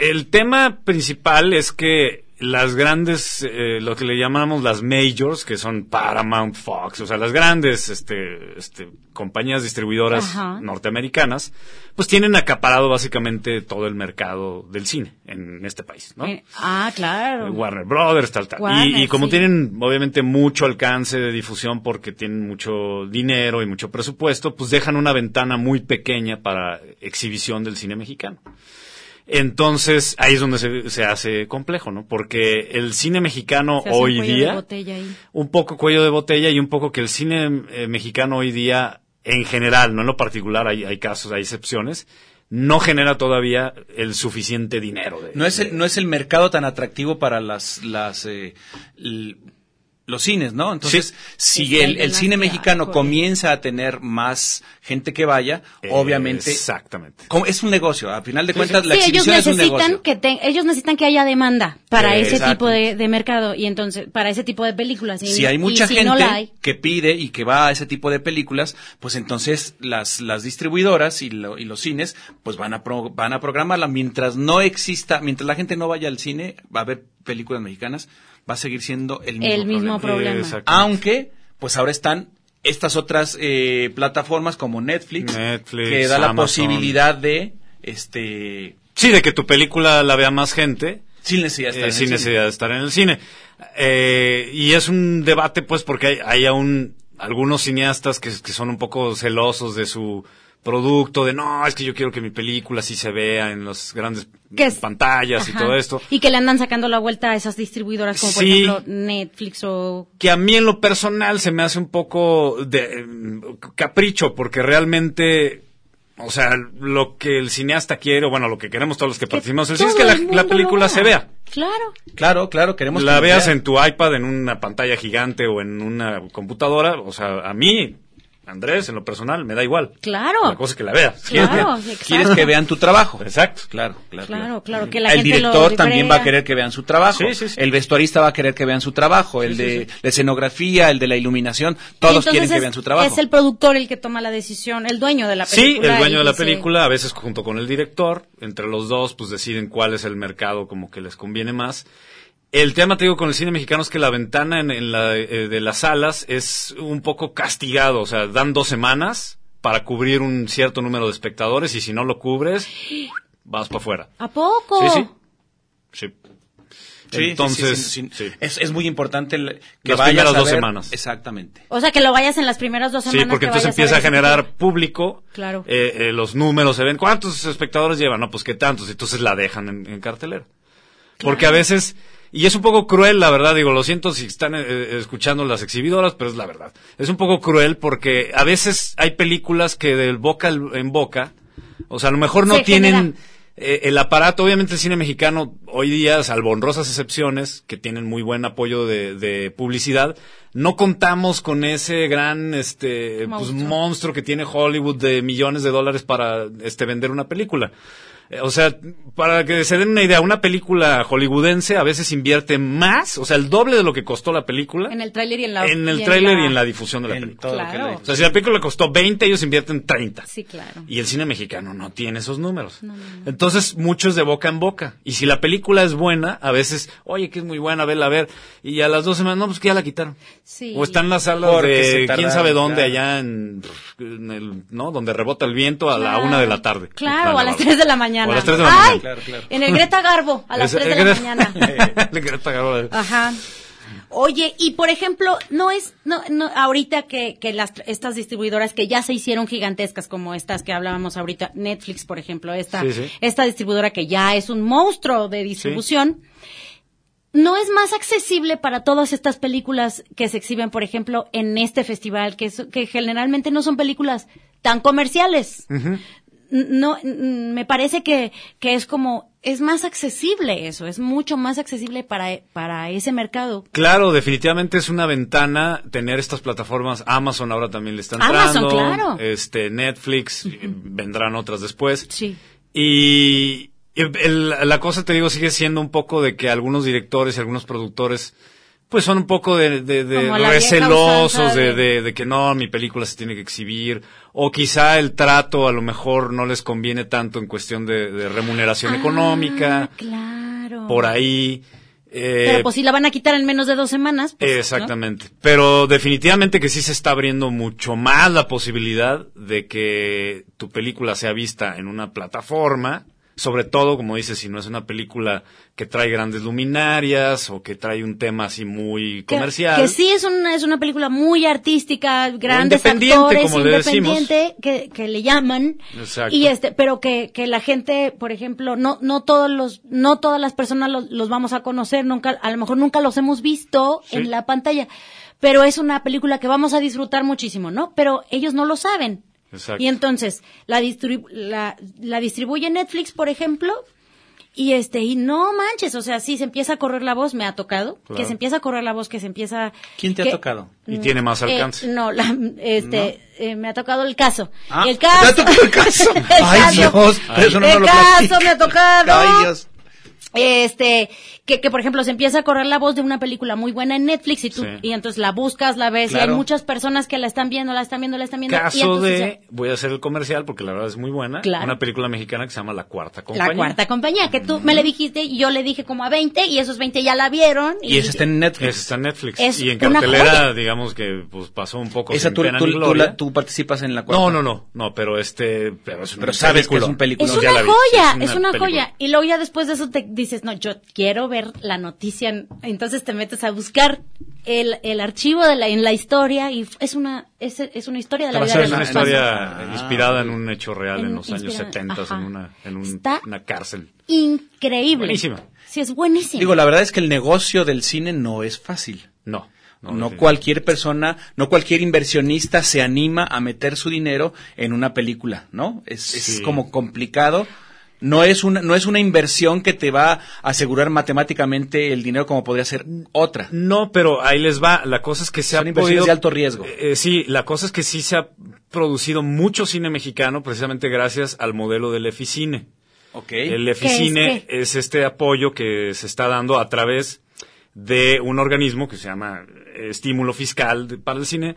Speaker 7: El tema principal es que las grandes, eh, lo que le llamamos las majors, que son Paramount, Fox, o sea, las grandes este, este, compañías distribuidoras
Speaker 10: Ajá.
Speaker 7: norteamericanas, pues tienen acaparado básicamente todo el mercado del cine en este país, ¿no?
Speaker 5: Eh, ah, claro.
Speaker 7: Warner Brothers, tal, tal. Y-
Speaker 5: Warner,
Speaker 7: y, como
Speaker 5: sí.
Speaker 7: tienen obviamente mucho alcance de difusión porque tienen mucho dinero y mucho presupuesto, pues dejan una ventana muy pequeña para exhibición del cine mexicano. Entonces, ahí es donde se, se hace complejo, ¿no? Porque el cine mexicano
Speaker 5: Se hace un
Speaker 7: hoy
Speaker 5: cuello de
Speaker 7: día
Speaker 5: botella ahí.
Speaker 7: un poco cuello de botella y un poco que el cine eh, mexicano hoy día, en general, no en lo particular, hay, hay casos, hay excepciones, no genera todavía el suficiente dinero. de-
Speaker 3: No es el, no es el mercado tan atractivo para las, las, eh, l- los cines, ¿no? Entonces, si el, el cine mexicano comienza a tener más gente que vaya, obviamente.
Speaker 7: Exactamente.
Speaker 3: Es un negocio. A final de
Speaker 7: Sí,
Speaker 3: cuentas,
Speaker 7: sí.
Speaker 3: la
Speaker 5: Sí, ellos
Speaker 3: exhibición es un
Speaker 5: necesitan
Speaker 3: negocio.
Speaker 5: que te- ellos necesitan que haya demanda para
Speaker 3: Eh,
Speaker 5: ese
Speaker 3: exacto.
Speaker 5: tipo de, de mercado y entonces para ese tipo de películas. Y,
Speaker 3: Si hay
Speaker 5: y
Speaker 3: mucha
Speaker 5: si
Speaker 3: gente
Speaker 5: no la hay,
Speaker 3: que pide y que va a ese tipo de películas, pues entonces las, las distribuidoras y, lo- y los cines pues van a, pro- van a programarla. Mientras no exista, mientras la gente no vaya al cine va a ver películas mexicanas, va a seguir siendo el mismo
Speaker 5: El mismo problema.
Speaker 3: Exactamente. Aunque, pues ahora están estas otras eh, plataformas como Netflix,
Speaker 7: Netflix,
Speaker 3: que da la
Speaker 7: Amazon.
Speaker 3: posibilidad de, este,
Speaker 7: Sí, de que tu película la vea más gente.
Speaker 3: Sin necesidad de estar en el
Speaker 7: Eh, sin
Speaker 3: cine.
Speaker 7: necesidad de estar en el cine. Eh, y es un debate, pues, porque hay, hay aún algunos cineastas que, que son un poco celosos de su producto, de no, es que yo quiero que mi película sí se vea en las grandes
Speaker 5: Que es-
Speaker 7: pantallas y
Speaker 5: Ajá.
Speaker 7: todo esto.
Speaker 5: Y que le andan sacando la vuelta a esas distribuidoras como por
Speaker 7: Sí.
Speaker 5: ejemplo Netflix o
Speaker 7: que a mí en lo personal se me hace un poco de eh, capricho, porque realmente, o sea, lo que el cineasta quiere, o bueno, lo que queremos todos los que participamos en el cine es que
Speaker 3: todo
Speaker 7: la,
Speaker 3: el
Speaker 7: la
Speaker 3: mundo lo
Speaker 7: película
Speaker 3: vea.
Speaker 7: se vea.
Speaker 5: Claro.
Speaker 3: claro, claro, queremos
Speaker 7: la
Speaker 3: que
Speaker 7: veas
Speaker 3: sea-
Speaker 7: en tu iPad, en una pantalla gigante o en una computadora, o sea, a mí, Andrés, en lo personal, me da igual. La
Speaker 5: claro.
Speaker 7: cosa es que la veas.
Speaker 3: *laughs*
Speaker 5: Claro,
Speaker 3: Quieres
Speaker 5: exacto.
Speaker 3: que vean tu trabajo.
Speaker 7: *laughs* Exacto.
Speaker 3: Claro, claro.
Speaker 5: Claro, claro, que la
Speaker 3: el
Speaker 5: gente lo
Speaker 3: director también va a
Speaker 5: vea.
Speaker 3: querer que vean su trabajo. El vestuarista va a querer que vean su trabajo. El
Speaker 5: Sí, sí,
Speaker 3: de la escenografía, el de la iluminación. Todos
Speaker 5: Y entonces
Speaker 3: quieren que
Speaker 5: es-
Speaker 3: vean su trabajo.
Speaker 5: Es el productor el que toma la decisión, el dueño de la
Speaker 7: Sí,
Speaker 5: película.
Speaker 7: el dueño
Speaker 5: y
Speaker 7: de la
Speaker 5: dice,
Speaker 7: película, a veces junto con el director, entre los dos, pues deciden cuál es el mercado como que les conviene más. El tema, te digo, con el cine mexicano es que la ventana en, en la, eh, de las salas es un poco castigado, o sea, dan dos semanas para cubrir un cierto número de espectadores y si no lo cubres, vas para afuera.
Speaker 5: ¿A poco?
Speaker 7: Sí, sí. Sí.
Speaker 3: Sí, sí,
Speaker 7: Entonces,
Speaker 3: sí, sí, sí. Es, es muy importante el- que
Speaker 7: Las
Speaker 3: vayas
Speaker 7: primeras
Speaker 3: a
Speaker 7: dos
Speaker 3: ver-
Speaker 7: semanas.
Speaker 3: Exactamente.
Speaker 5: O sea, que lo vayas en las primeras dos semanas.
Speaker 7: Sí,
Speaker 5: que
Speaker 7: porque entonces
Speaker 5: vayas ver
Speaker 7: empieza a
Speaker 5: ese
Speaker 7: generar
Speaker 5: tipo.
Speaker 7: público.
Speaker 5: Claro.
Speaker 7: eh, eh, los números se ven. ¿Cuántos espectadores llevan? No, pues qué tantos. Entonces la dejan en, en cartelera. Porque a veces, y es un poco cruel, la verdad, digo, lo siento si están eh, escuchando las exhibidoras, pero es la verdad. Es un poco cruel porque a veces hay películas que del boca al- en boca, o sea, a lo mejor no
Speaker 10: Se
Speaker 7: tienen
Speaker 10: genera.
Speaker 7: eh, el aparato, obviamente el cine mexicano hoy día, salvo honrosas excepciones, que tienen muy buen apoyo de, de publicidad, no contamos con ese gran este pues, monstruo que tiene Hollywood de millones de dólares para este vender una película. Eh, O sea, para que se den una idea, una película hollywoodense a veces invierte más, o sea, el doble de lo que costó la película
Speaker 5: En el tráiler y en la...
Speaker 7: en el tráiler y en la
Speaker 5: difusión.
Speaker 7: difusión de la película.
Speaker 5: todo lo que Claro. le-
Speaker 7: O sea, si la película costó 20, ellos invierten 30.
Speaker 5: Sí, claro.
Speaker 7: Y el cine mexicano no tiene esos números. Entonces, mucho es de boca en boca. Y si la película es buena, a veces, oye, que es muy buena, vela a ver. Y a las dos semanas, no, pues que ya la quitaron.
Speaker 5: Sí.
Speaker 7: O están las salas
Speaker 10: Porque se
Speaker 7: de quién
Speaker 10: tardaron,
Speaker 7: sabe dónde,
Speaker 10: claro.
Speaker 7: allá en, en el- ¿no? Donde rebota el viento a la
Speaker 5: Claro.
Speaker 7: una de la tarde.
Speaker 5: Claro,
Speaker 7: Vale,
Speaker 5: a las
Speaker 7: vale.
Speaker 5: 3 de la mañana.
Speaker 7: O a las 3 de la
Speaker 5: ¡Ay!
Speaker 7: mañana.
Speaker 5: En el Greta Garbo, a las
Speaker 7: Ese-
Speaker 5: 3 de
Speaker 7: el
Speaker 5: la
Speaker 7: eh, Greta- *laughs*
Speaker 5: mañana.
Speaker 7: el Greta Garbo.
Speaker 5: Ajá. Oye, y por ejemplo, no es, no, no, ahorita que, que las, estas distribuidoras que ya se hicieron gigantescas como estas que hablábamos ahorita, Netflix, por ejemplo, esta,
Speaker 11: Sí, sí.
Speaker 5: esta distribuidora que ya es un monstruo de distribución, ¿no es más accesible para todas estas películas que se exhiben, por ejemplo, en este festival, que, es- que generalmente no son películas tan comerciales? N- no n- me parece que, que es como es más accesible eso es mucho más accesible para e- para ese mercado
Speaker 7: Claro, definitivamente es una ventana tener estas plataformas. Amazon ahora también le está entrando.
Speaker 5: Amazon, claro.
Speaker 7: Este, Netflix, eh, vendrán otras después.
Speaker 5: Sí.
Speaker 7: Y el- el- la cosa, te digo, sigue siendo un poco de que algunos directores y algunos productores, pues son un poco de, de- de
Speaker 10: Como la vieja
Speaker 7: recelosos
Speaker 10: usanza
Speaker 7: de,
Speaker 10: de-
Speaker 7: de- de que no, mi película se tiene que exhibir. O quizá el trato a lo mejor no les conviene tanto en cuestión de, de
Speaker 10: Ah,
Speaker 7: remuneración
Speaker 5: Ah,
Speaker 7: económica.
Speaker 5: claro
Speaker 7: Por ahí. eh,
Speaker 5: pero pues si la van a quitar en menos de dos semanas pues, ¿no?
Speaker 7: Exactamente. Pero definitivamente que sí se está abriendo mucho más la posibilidad de que tu película sea vista en una plataforma. Sobre todo, como dices, si no es una película que trae grandes luminarias o que trae un tema así muy
Speaker 5: Que-
Speaker 7: comercial.
Speaker 5: que, sí es una es una película muy artística grandes
Speaker 7: independiente,
Speaker 5: actores
Speaker 7: como le decimos.
Speaker 5: independiente que, que le llaman
Speaker 7: Exacto.
Speaker 5: y este pero que, que la gente por ejemplo no no todos los no todas las personas los, los vamos a conocer nunca a lo mejor nunca los hemos visto
Speaker 11: Sí.
Speaker 5: en la pantalla pero es una película que vamos a disfrutar muchísimo no pero ellos no lo saben
Speaker 11: Exacto.
Speaker 5: y entonces la distribu- la, la distribuye Netflix por ejemplo y este y no manches o sea sí se empieza a correr la voz me ha tocado que
Speaker 7: Claro.
Speaker 5: se empieza a correr la voz que se empieza
Speaker 3: ¿Quién te
Speaker 5: que-
Speaker 3: ha tocado?
Speaker 7: Y tiene más
Speaker 5: eh,
Speaker 7: alcance.
Speaker 5: no, la- este, eh, me ha tocado el caso.
Speaker 3: Ah,
Speaker 5: el caso.
Speaker 3: ¿te ha tocado el caso?
Speaker 5: *laughs* El
Speaker 3: Ay,
Speaker 5: caso.
Speaker 3: Dios, eso no
Speaker 5: el
Speaker 3: nos lo
Speaker 5: caso
Speaker 3: platica.
Speaker 5: me ha tocado.
Speaker 3: Ay, Dios.
Speaker 5: Este, que, que por ejemplo se empieza a correr la voz de una película muy buena en Netflix y tú,
Speaker 7: Sí.
Speaker 5: y entonces la buscas, la ves, y
Speaker 7: Claro.
Speaker 5: hay muchas personas que la están viendo, la están viendo, la están viendo. y
Speaker 7: Caso
Speaker 5: entonces ya-
Speaker 7: de, voy a hacer el comercial porque la verdad es muy buena,
Speaker 5: Claro.
Speaker 7: una película mexicana que se llama La Cuarta Compañía.
Speaker 5: la cuarta compañía, que tú me le dijiste y yo le dije como a 20 y esos 20 ya la vieron.
Speaker 7: Y esa está en Netflix. está en Netflix.
Speaker 5: Es
Speaker 7: y en
Speaker 5: una joya.
Speaker 7: cartelera, digamos que pues pasó un poco
Speaker 3: Esa
Speaker 7: sin
Speaker 3: tú,
Speaker 7: pena
Speaker 3: tú-
Speaker 7: ni
Speaker 3: tú
Speaker 7: gloria.
Speaker 3: la- tú participas en la cuarta.
Speaker 7: No, no, no, no, pero este, pero es un
Speaker 3: Pero sabes que es un película.
Speaker 5: Es una joya, es una joya. Y luego ya después de eso te dices, no, yo quiero ver la noticia. Entonces te metes a buscar el, el archivo de la, en la historia y f- es una, es, es una historia de la vida
Speaker 7: es
Speaker 5: real.
Speaker 7: una
Speaker 5: Pasa.
Speaker 7: historia inspirada en un hecho real en,
Speaker 5: En-
Speaker 7: los años
Speaker 5: Ah, inspirada,
Speaker 7: 70 en
Speaker 5: ajá.
Speaker 7: una en un-
Speaker 5: Está-
Speaker 7: una cárcel.
Speaker 5: Increíble.
Speaker 3: Buenísima.
Speaker 5: Sí, es buenísimo.
Speaker 3: Digo, la verdad es que el negocio del cine no es fácil.
Speaker 7: No.
Speaker 3: No, cualquier persona, no cualquier inversionista se anima a meter su dinero en una película, ¿no? Es, es
Speaker 7: Sí.
Speaker 3: como complicado. No es, una, no es una inversión que te va a asegurar matemáticamente el dinero como podría ser otra.
Speaker 7: No, pero ahí les va. La cosa es que se ha
Speaker 3: inversiones
Speaker 7: podido-
Speaker 3: de alto riesgo.
Speaker 7: Eh, eh, sí, la cosa es que sí se ha producido mucho cine mexicano precisamente gracias al modelo del Eficine. El
Speaker 10: ¿Qué es
Speaker 7: Eficine es este apoyo que se está dando a través de un organismo que se llama eh, Estímulo Fiscal de- para el Cine,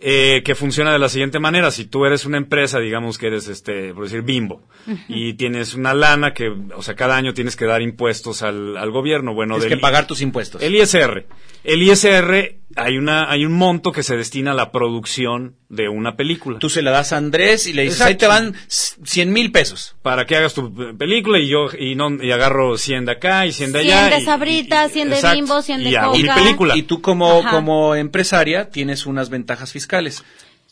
Speaker 7: eh, que funciona de la siguiente manera. Si tú eres una empresa, digamos que eres, este, por decir, bimbo, y tienes una lana que, o sea, cada año tienes que dar impuestos al, al gobierno. Bueno,
Speaker 3: Tienes
Speaker 7: del-
Speaker 3: que pagar tus impuestos.
Speaker 7: el ISR. El ISR, hay, una, hay un monto que se destina a la producción de una película. Tú
Speaker 3: se la das a Andrés y le dices, "Ahí te van 100 mil pesos.
Speaker 7: Para que hagas tu eh, película y yo y no, y agarro 100 de acá y 100 de
Speaker 5: 100
Speaker 7: allá.
Speaker 5: de
Speaker 7: y-
Speaker 5: Sabrita, 100 de
Speaker 7: exacto,
Speaker 5: Bimbo, 100 de
Speaker 7: y hago mi
Speaker 5: Coca.
Speaker 7: película.
Speaker 3: Y tú como,
Speaker 5: Ajá.
Speaker 3: como empresaria tienes unas ventajas fiscales.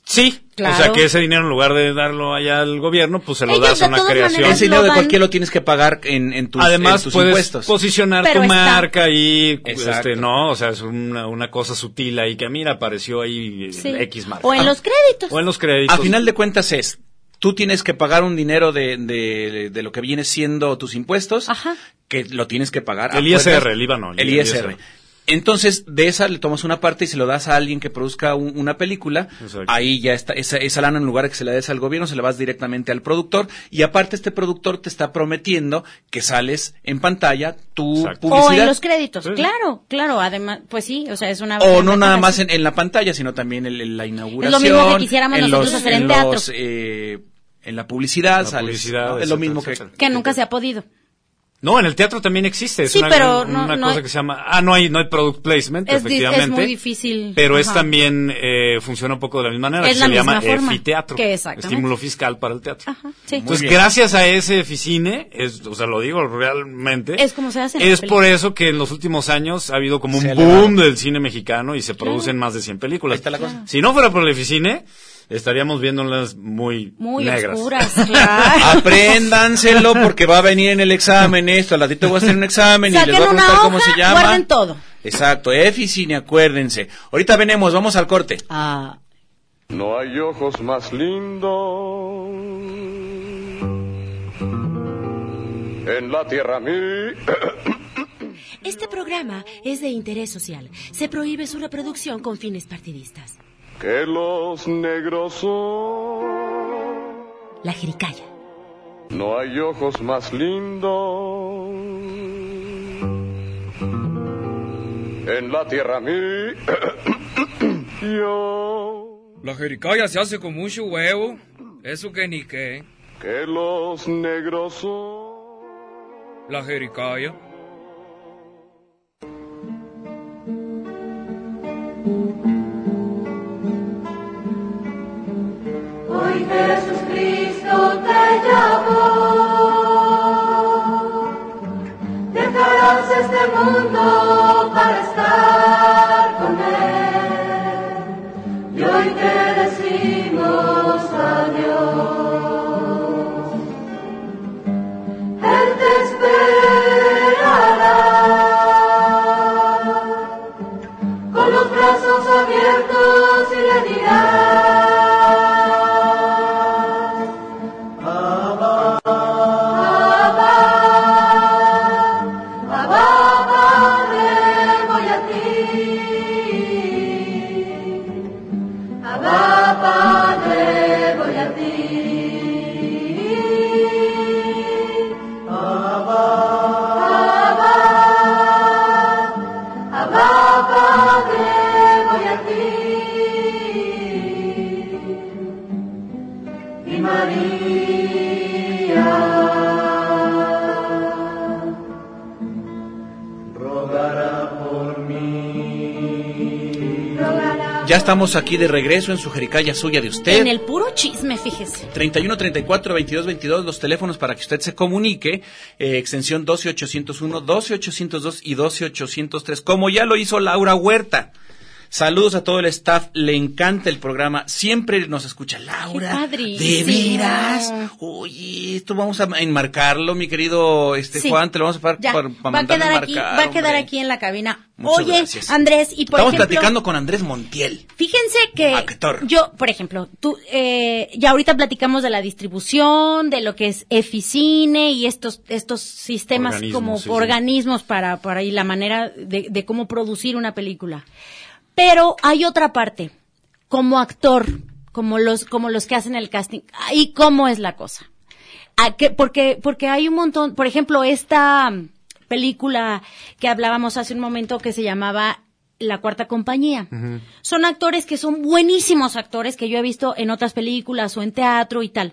Speaker 7: Sí,
Speaker 5: Claro.
Speaker 7: O sea, que ese dinero en lugar de darlo allá al gobierno, pues se lo
Speaker 5: Ellos,
Speaker 7: das
Speaker 5: de
Speaker 7: a una
Speaker 5: todas
Speaker 7: creación.
Speaker 5: maneras,
Speaker 3: Ese
Speaker 5: lo
Speaker 3: dinero de
Speaker 5: dan-
Speaker 3: cualquier lo tienes que pagar en, en tus,
Speaker 7: Además,
Speaker 3: en tus
Speaker 7: puedes
Speaker 3: impuestos.
Speaker 7: posicionar
Speaker 5: Pero
Speaker 7: tu
Speaker 5: está-
Speaker 7: marca y,
Speaker 3: Exacto.
Speaker 7: este, no, o sea, es una, una cosa sutil ahí que, "Ah, mira, apareció ahí eh,
Speaker 5: Sí.
Speaker 7: X marca.
Speaker 5: O en los créditos.
Speaker 7: O en los créditos.
Speaker 3: A final de cuentas es, tú tienes que pagar un dinero de, de, de lo que viene siendo tus impuestos, que lo tienes que pagar. a
Speaker 7: El ISR,
Speaker 3: cuentas-
Speaker 7: el IVA no,
Speaker 3: El ISR. Entonces, de esa le tomas una parte y se lo das a alguien que produzca un- una película. Ahí ya está, esa, esa lana en lugar de que se la des al gobierno, se la vas directamente al productor. Y aparte, este productor te está prometiendo que sales en pantalla tu
Speaker 5: O en
Speaker 3: publicidad.
Speaker 5: los créditos. Claro, claro. Además, pues sí, o sea, es una.
Speaker 3: O no nada
Speaker 5: ventaja,
Speaker 3: más
Speaker 5: sí.
Speaker 3: en, en la pantalla, sino también en, en la
Speaker 5: Es lo
Speaker 3: inauguración.
Speaker 5: mismo que quisiéramos nosotros hacer en teatro.
Speaker 3: los, eh, en la publicidad, sales,
Speaker 7: publicidad,
Speaker 3: ¿no? Es lo
Speaker 7: etcétera,
Speaker 3: mismo que...
Speaker 5: Que
Speaker 3: *laughs*
Speaker 5: nunca se ha podido.
Speaker 7: No, en el teatro también existe. Es
Speaker 5: Sí,
Speaker 7: una,
Speaker 5: pero
Speaker 7: una
Speaker 5: no- no
Speaker 7: cosa
Speaker 5: hay-
Speaker 7: que se llama. Ah, no hay, no hay product placement,
Speaker 5: Es, di-
Speaker 7: efectivamente.
Speaker 5: es muy difícil.
Speaker 7: Pero es
Speaker 5: Ajá.
Speaker 7: también eh, funciona un poco de la misma manera.
Speaker 5: Es
Speaker 7: que
Speaker 5: la
Speaker 7: se le
Speaker 5: misma
Speaker 7: llama
Speaker 5: forma.
Speaker 7: EFI-teatro.
Speaker 5: Que exactamente.
Speaker 7: Estímulo fiscal para el teatro.
Speaker 5: Sí.
Speaker 7: Entonces, gracias a ese EFI-cine, es, o sea, lo digo realmente.
Speaker 5: Es como se hace. en las
Speaker 7: Es por
Speaker 5: películas.
Speaker 7: eso que en los últimos años ha habido como un
Speaker 3: Se ha
Speaker 7: boom
Speaker 3: elevado.
Speaker 7: del cine mexicano y se producen más de 100 películas.
Speaker 3: cosa.
Speaker 7: Si no fuera por el EFI-cine, estaríamos viéndolas muy,
Speaker 5: Muy
Speaker 7: negras.
Speaker 5: oscuras, claro. *laughs*
Speaker 3: *laughs* Apréndanselo porque va a venir en el examen esto. Al ratito voy a hacer un examen y les voy a
Speaker 5: Saquen
Speaker 3: preguntar
Speaker 5: una
Speaker 3: cómo
Speaker 5: hoja,
Speaker 3: se llama.
Speaker 5: guarden todo.
Speaker 3: Exacto, Eficine, acuérdense. Ahorita venimos, vamos al corte.
Speaker 5: Ah.
Speaker 10: No hay ojos más lindos en la tierra mí.
Speaker 11: Este programa es de interés social. Se prohíbe su reproducción con fines partidistas.
Speaker 10: *clears throat* que los negros son.
Speaker 11: La jericaya.
Speaker 10: No hay ojos más lindos en la tierra *clears throat* mí.
Speaker 12: La jericaya se hace con mucho huevo. Eso que ni qué.
Speaker 10: que los negros son.
Speaker 12: La jericaya.
Speaker 13: Hoy Jesucristo te llamó. Dejarás este mundo para estar con Él. Y hoy te decimos adiós. Él te esperará con los brazos abiertos y le dirás Abba, Abba, Abba, Padre, voy a ti Abba, Padre, voy a ti Abba, Abba Abba, Padre, voy a ti. Y María rogará por mí.
Speaker 3: Ya estamos aquí de regreso en su jericaya suya de usted.
Speaker 5: En el puro chisme, fíjese.
Speaker 3: 31 34 22 22 los teléfonos para que usted se comunique eh, extensión 12 801 12 802 y 12 803 como ya lo hizo Laura Huerta saludos a todo el staff le encanta el programa siempre nos escucha Laura de veras oye esto vamos a enmarcarlo mi querido este
Speaker 5: Sí.
Speaker 3: Juan te lo vamos a pagar
Speaker 5: Ya,
Speaker 3: para,
Speaker 5: va a quedar aquí, va a quedar aquí en la cabina.
Speaker 3: Muchas
Speaker 5: Oye,
Speaker 3: gracias.
Speaker 5: Andrés, y por
Speaker 3: estamos
Speaker 5: ejemplo,
Speaker 3: platicando con Andrés Montiel
Speaker 5: Fíjense que
Speaker 3: Actor.
Speaker 5: yo, por ejemplo, tú, eh, ya ahorita platicamos de la distribución, de lo que es Eficine y estos, estos sistemas
Speaker 8: Organismos,
Speaker 5: como
Speaker 8: sí, sí.
Speaker 5: organismos para, para y la manera de, de cómo producir una película. Pero hay otra parte, como actor, como los, como los que hacen el casting, ahí cómo es la cosa. ¿A qué? porque, porque hay un montón, por ejemplo, esta mm, película que hablábamos hace un momento que se llamaba La Cuarta Compañía. Son actores que son buenísimos actores que yo he visto en otras películas o en teatro y tal.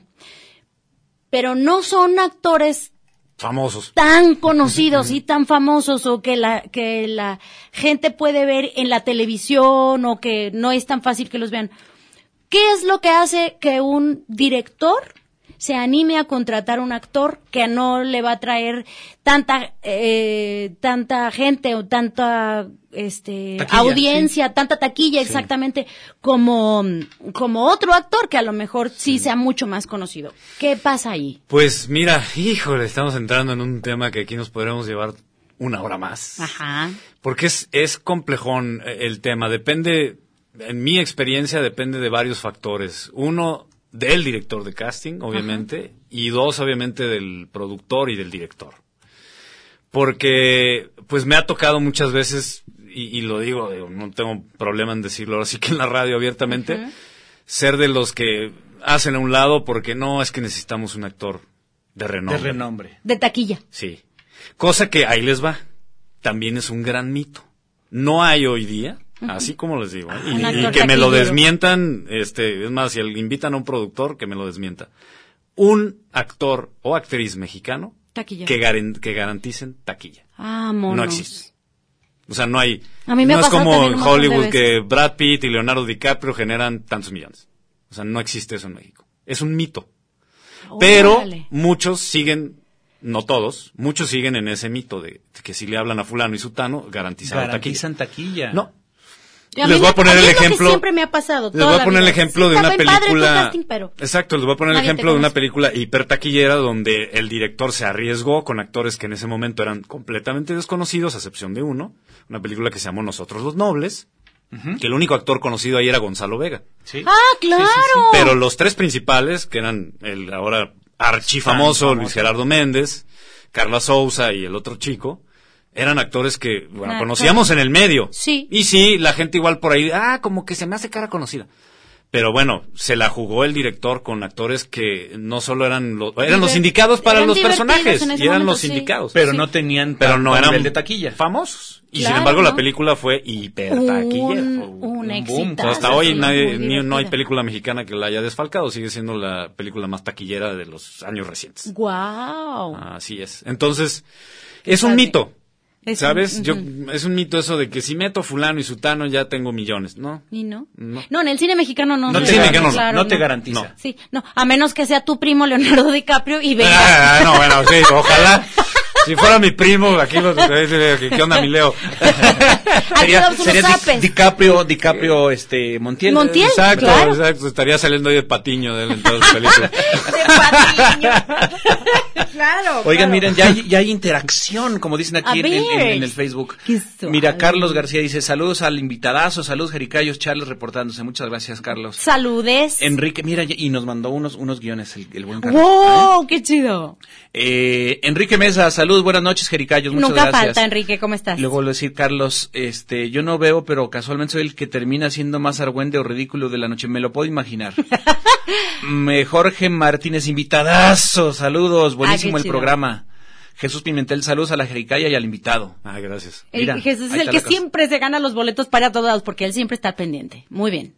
Speaker 5: Pero no son actores
Speaker 7: Famosos.
Speaker 5: tan conocidos y tan famosos o que la que la gente puede ver en la televisión o que no es tan fácil que los vean. ¿Qué es lo que hace que un director se anime a contratar un actor que no le va a traer tanta eh, tanta gente o tanta este
Speaker 8: Taquilla,
Speaker 5: audiencia, tanta taquilla exactamente como como otro actor que a lo mejor sí sea mucho más conocido? ¿Qué pasa ahí?
Speaker 7: Pues mira, híjole, estamos entrando en un tema que aquí nos podremos llevar una hora más.
Speaker 5: Ajá.
Speaker 7: Porque es, es complejón eh, el tema. Depende, en mi experiencia, depende de varios factores. Uno, del director de casting, obviamente. Y dos, obviamente, del productor y del director. Porque, pues me ha tocado muchas veces y, y lo digo, digo, no tengo problema en decirlo ahora sí que en la radio abiertamente, ser de los que hacen a un lado porque no es que necesitamos un actor de renombre.
Speaker 3: De renombre.
Speaker 5: De taquilla.
Speaker 7: Sí. Cosa que ahí les va. También es un gran mito. No hay hoy día,
Speaker 3: Ujú.
Speaker 7: así como les digo, ¿eh?
Speaker 3: Ah,
Speaker 7: y,
Speaker 3: un
Speaker 7: y
Speaker 3: actor
Speaker 7: que me lo
Speaker 3: taquillero.
Speaker 7: desmientan, este, es más, si el- invitan a un productor, que me lo desmienta. Un actor o actriz mexicano
Speaker 5: Taquilla.
Speaker 7: que, garen- que garanticen taquilla.
Speaker 5: Vámonos.
Speaker 7: No existe. O sea, no hay.
Speaker 5: A mí me ha
Speaker 7: no es
Speaker 5: pasado
Speaker 7: como
Speaker 5: también un
Speaker 7: en
Speaker 5: montón de
Speaker 7: Hollywood
Speaker 5: veces.
Speaker 7: que Brad Pitt y Leonardo DiCaprio generan tantos millones. O sea, no existe eso en México. Es un mito. Pero
Speaker 5: Órale.
Speaker 7: muchos siguen, no todos, muchos siguen en ese mito de que si le hablan a fulano y sutano, garantizan la taquilla.
Speaker 3: Garantizan taquilla.
Speaker 7: No.
Speaker 5: Y a
Speaker 7: Les
Speaker 5: mí
Speaker 7: voy a
Speaker 5: me-
Speaker 7: poner
Speaker 5: mí
Speaker 7: el
Speaker 5: es lo que
Speaker 7: ejemplo-
Speaker 5: siempre me ha pasado.
Speaker 7: Les
Speaker 5: toda
Speaker 7: voy
Speaker 5: la
Speaker 7: a poner el
Speaker 5: vida.
Speaker 7: ejemplo
Speaker 5: Sí,
Speaker 7: de
Speaker 5: está
Speaker 7: una
Speaker 5: bien padre tu
Speaker 7: película.
Speaker 5: casting, pero-
Speaker 7: Exacto, les voy a poner el
Speaker 5: Nadie te
Speaker 7: ejemplo de una
Speaker 5: conoce.
Speaker 7: película hipertaquillera donde el director se arriesgó con actores que en ese momento eran completamente desconocidos, a excepción de uno. Una película que se llamó Nosotros los Nobles, que el único actor conocido ahí era Gonzalo Vega.
Speaker 5: Ah, claro.
Speaker 7: Pero los tres principales, que eran el ahora archifamoso Luis Gerardo Méndez, Carla Souza y el otro chico, eran actores que bueno,
Speaker 14: Nah,
Speaker 7: conocíamos en
Speaker 14: claro.
Speaker 7: el medio.
Speaker 14: Sí.
Speaker 7: Y sí, la gente igual por ahí, ah, como que se me hace cara conocida. Pero bueno, se la jugó el director con actores que no solo eran los, eran los
Speaker 3: Diver-
Speaker 7: indicados para
Speaker 3: eran
Speaker 7: los
Speaker 3: divertidos
Speaker 7: personajes,
Speaker 3: en ese
Speaker 7: y eran
Speaker 3: momento,
Speaker 7: los
Speaker 3: sí.
Speaker 7: indicados.
Speaker 3: Pero no tenían
Speaker 7: pero
Speaker 3: tanto
Speaker 7: no eran
Speaker 3: nivel de
Speaker 7: taquilla. famosos. Y sin
Speaker 3: Claro,
Speaker 7: embargo la
Speaker 3: ¿no?
Speaker 7: película fue hiper taquillera.
Speaker 5: Un, un
Speaker 7: Boom.
Speaker 5: éxito.
Speaker 7: Hasta hoy
Speaker 5: Sí, muy
Speaker 7: nadie, ni- no hay
Speaker 5: divertida.
Speaker 7: película mexicana que la haya desfalcado. Sigue siendo la película más taquillera de los años recientes.
Speaker 5: Guau.
Speaker 7: Así es. Entonces, es un mito.
Speaker 5: Es
Speaker 7: ¿Sabes?
Speaker 5: un-
Speaker 7: Yo,
Speaker 5: ujú.
Speaker 7: es un mito eso de que si meto fulano y sutano ya tengo millones. No,
Speaker 5: Ni no.
Speaker 7: no.
Speaker 5: No, en el cine mexicano no.
Speaker 7: No
Speaker 5: se
Speaker 7: te
Speaker 5: da,
Speaker 7: garantiza,
Speaker 5: claro,
Speaker 7: no te garantiza. No.
Speaker 5: Sí, no, a menos que sea tu primo Leonardo DiCaprio y venga. *laughs*
Speaker 7: Ah, no, bueno, sí, ojalá. Si fuera mi primo, aquí lo ¿qué onda, mi Leo?
Speaker 3: Sería,
Speaker 5: unos
Speaker 3: sería Di-
Speaker 5: zapes.
Speaker 3: DiCaprio, DiCaprio, este, Montiel.
Speaker 5: Montiel,
Speaker 7: Exacto,
Speaker 5: claro.
Speaker 7: exacto. Estaría saliendo ahí de patiño de él en todas las
Speaker 5: *laughs*
Speaker 7: películas. *laughs*
Speaker 5: Claro.
Speaker 3: Oigan, miren, ya hay, ya hay interacción, como dicen aquí
Speaker 5: A
Speaker 3: en, en- en
Speaker 5: ver.
Speaker 3: el Facebook. Mira, Carlos García dice, saludos al invitadazo, saludos Jericayos, Charles reportándose. Muchas gracias, Carlos.
Speaker 5: Saludes.
Speaker 3: Enrique, mira, y nos mandó unos, unos guiones el, el buen Carlos.
Speaker 5: ¡Wow! ¡Qué chido!
Speaker 3: Eh, Enrique Mesa, saludos, buenas noches, Jericayos, muchas
Speaker 5: Nunca
Speaker 3: gracias.
Speaker 5: falta, Enrique, ¿cómo estás?
Speaker 3: Luego lo decir, Carlos, este, yo no veo, pero casualmente soy el que termina siendo más argüende o ridículo de la noche. Me lo puedo
Speaker 5: *laughs*
Speaker 3: imaginar. Me- Jorge Martínez, invitadazo. Saludos, buenísimo el
Speaker 5: Ah, chido.
Speaker 3: programa. Jesús Pimentel, saludos a la Jericaya y al invitado.
Speaker 7: Ah, gracias.
Speaker 5: El- Jesús es el que siempre se gana los boletos para todos lados porque él siempre está pendiente. Muy bien.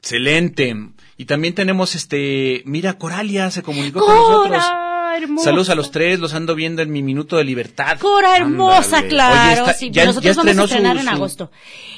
Speaker 3: Excelente. Y también tenemos este, mira, Coralia se comunicó con nosotros.
Speaker 5: Cora, hermosa.
Speaker 3: Saludos a los tres, los ando viendo en mi minuto de libertad.
Speaker 5: Cora hermosa,
Speaker 3: Ándale.
Speaker 5: claro.
Speaker 3: Oye, está-
Speaker 5: sí,
Speaker 3: ya-
Speaker 5: nosotros
Speaker 3: ya
Speaker 5: vamos a
Speaker 3: estrenó su-
Speaker 5: estrenar en
Speaker 3: su-
Speaker 5: agosto.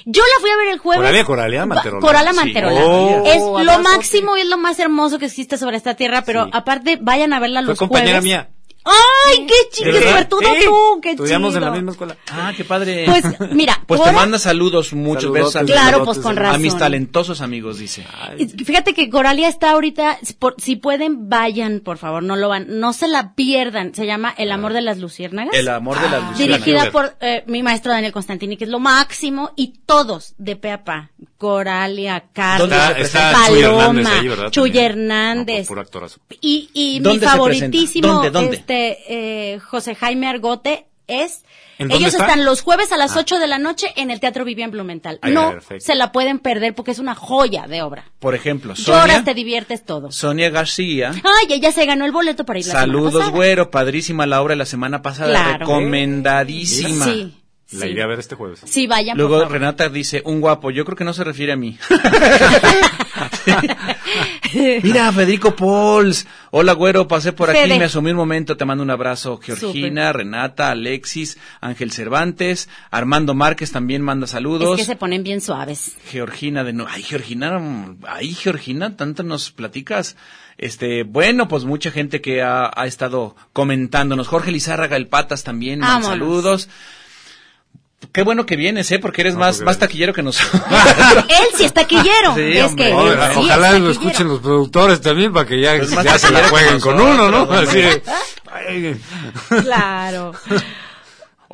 Speaker 5: Yo la fui a ver el jueves.
Speaker 7: Coralia, Coralia, Manterola.
Speaker 5: Corala
Speaker 7: Sí.
Speaker 5: Manterola.
Speaker 7: Oh,
Speaker 5: es lo
Speaker 7: abrazo,
Speaker 5: máximo y es lo más hermoso que existe sobre esta tierra, pero aparte vayan a verla
Speaker 7: Fue
Speaker 5: los
Speaker 7: compañera
Speaker 5: jueves.
Speaker 7: mía.
Speaker 5: ¡Ay, qué chido!
Speaker 3: ¿De verdad?
Speaker 5: ¡Suertudo
Speaker 3: Sí.
Speaker 5: tú! ¡Qué
Speaker 7: Estudiamos
Speaker 5: chido!
Speaker 7: en la misma escuela.
Speaker 3: Ah, qué padre.
Speaker 5: Pues, mira,
Speaker 3: Pues te
Speaker 5: Cora-
Speaker 3: manda saludos, muchos
Speaker 5: Saludotes,
Speaker 3: besos. a-
Speaker 5: Claro, pues, con
Speaker 3: A mis
Speaker 5: razón.
Speaker 3: talentosos amigos, dice.
Speaker 5: Y Fíjate que Coralia está ahorita, si por- si pueden, vayan, por favor, no lo van, no se la pierdan. Se llama
Speaker 7: Ah.
Speaker 5: El amor de las luciérnagas.
Speaker 3: El amor de las luciérnagas.
Speaker 5: Ah, Dirigida por eh, mi maestro Daniel Constantini, que es lo máximo, y todos de pe a pa. Coralia, Carlos,
Speaker 7: ¿Dónde se presenta? Está Chuy
Speaker 5: Paloma,
Speaker 7: Hernández ahí, ¿verdad?
Speaker 5: Chuy
Speaker 7: También.
Speaker 5: Hernández.
Speaker 7: Puro actorazo.
Speaker 5: Y, y mi
Speaker 7: ¿Dónde se
Speaker 5: favoritísimo,
Speaker 7: presenta? ¿Dónde, dónde?
Speaker 5: este, eh, José Jaime Argote es...
Speaker 7: ¿En dónde
Speaker 5: Ellos
Speaker 7: está?
Speaker 5: están los jueves a las
Speaker 7: Ah.
Speaker 5: 8 de la noche en el Teatro Vivian Blumenthal.
Speaker 3: Ay,
Speaker 5: no
Speaker 3: perfecto.
Speaker 5: se la pueden perder porque es una joya de obra.
Speaker 3: Por ejemplo,
Speaker 5: Lloras,
Speaker 3: Sonia,
Speaker 5: te diviertes todo.
Speaker 3: Sonia
Speaker 5: *laughs*
Speaker 3: García.
Speaker 5: Ay, ella se ganó el boleto para ir la semana
Speaker 3: Saludos,
Speaker 5: pasada.
Speaker 3: güero. Padrísima la obra de la semana pasada.
Speaker 5: Claro.
Speaker 3: Recomendadísima.
Speaker 5: Sí, La sí. iré a
Speaker 7: ver este jueves.
Speaker 5: Sí, vayan, por
Speaker 3: Luego
Speaker 5: favor.
Speaker 3: Renata dice, un guapo. Yo creo que no se refiere
Speaker 5: *laughs*
Speaker 3: a mí. *laughs*
Speaker 5: *laughs*
Speaker 3: Mira, Federico Pols. Hola, güero. Pasé por aquí.
Speaker 5: Fede.
Speaker 3: Me asomé un momento. Te mando un abrazo. Georgina,
Speaker 5: Súper.
Speaker 3: Renata, Alexis, Ángel Cervantes. Armando Márquez también manda
Speaker 5: Es
Speaker 3: saludos.
Speaker 5: que se ponen bien
Speaker 3: *laughs*
Speaker 5: suaves.
Speaker 3: Georgina de no, ay Georgina, mm, ay Georgina, tanto nos platicas. Este, bueno, pues mucha gente que ha, ha estado comentándonos. Jorge Lizárraga el Patas también, manda
Speaker 5: Vámonos.
Speaker 3: saludos. Qué bueno que vienes, eh, porque eres más, más taquillero
Speaker 5: *laughs*
Speaker 3: que *laughs* nosotros.
Speaker 5: Él sí es taquillero.
Speaker 3: Sí,
Speaker 5: es
Speaker 3: hombre.
Speaker 5: que
Speaker 3: Oye,
Speaker 5: él sí es
Speaker 7: Ojalá lo
Speaker 5: taquillero.
Speaker 7: escuchen los productores también para que ya,
Speaker 3: Pues más
Speaker 7: ya se
Speaker 3: taquillero
Speaker 7: la
Speaker 3: que
Speaker 7: jueguen con
Speaker 3: nosotros,
Speaker 7: uno, ¿no?
Speaker 3: hombre.
Speaker 7: Así de, ay,
Speaker 5: Claro.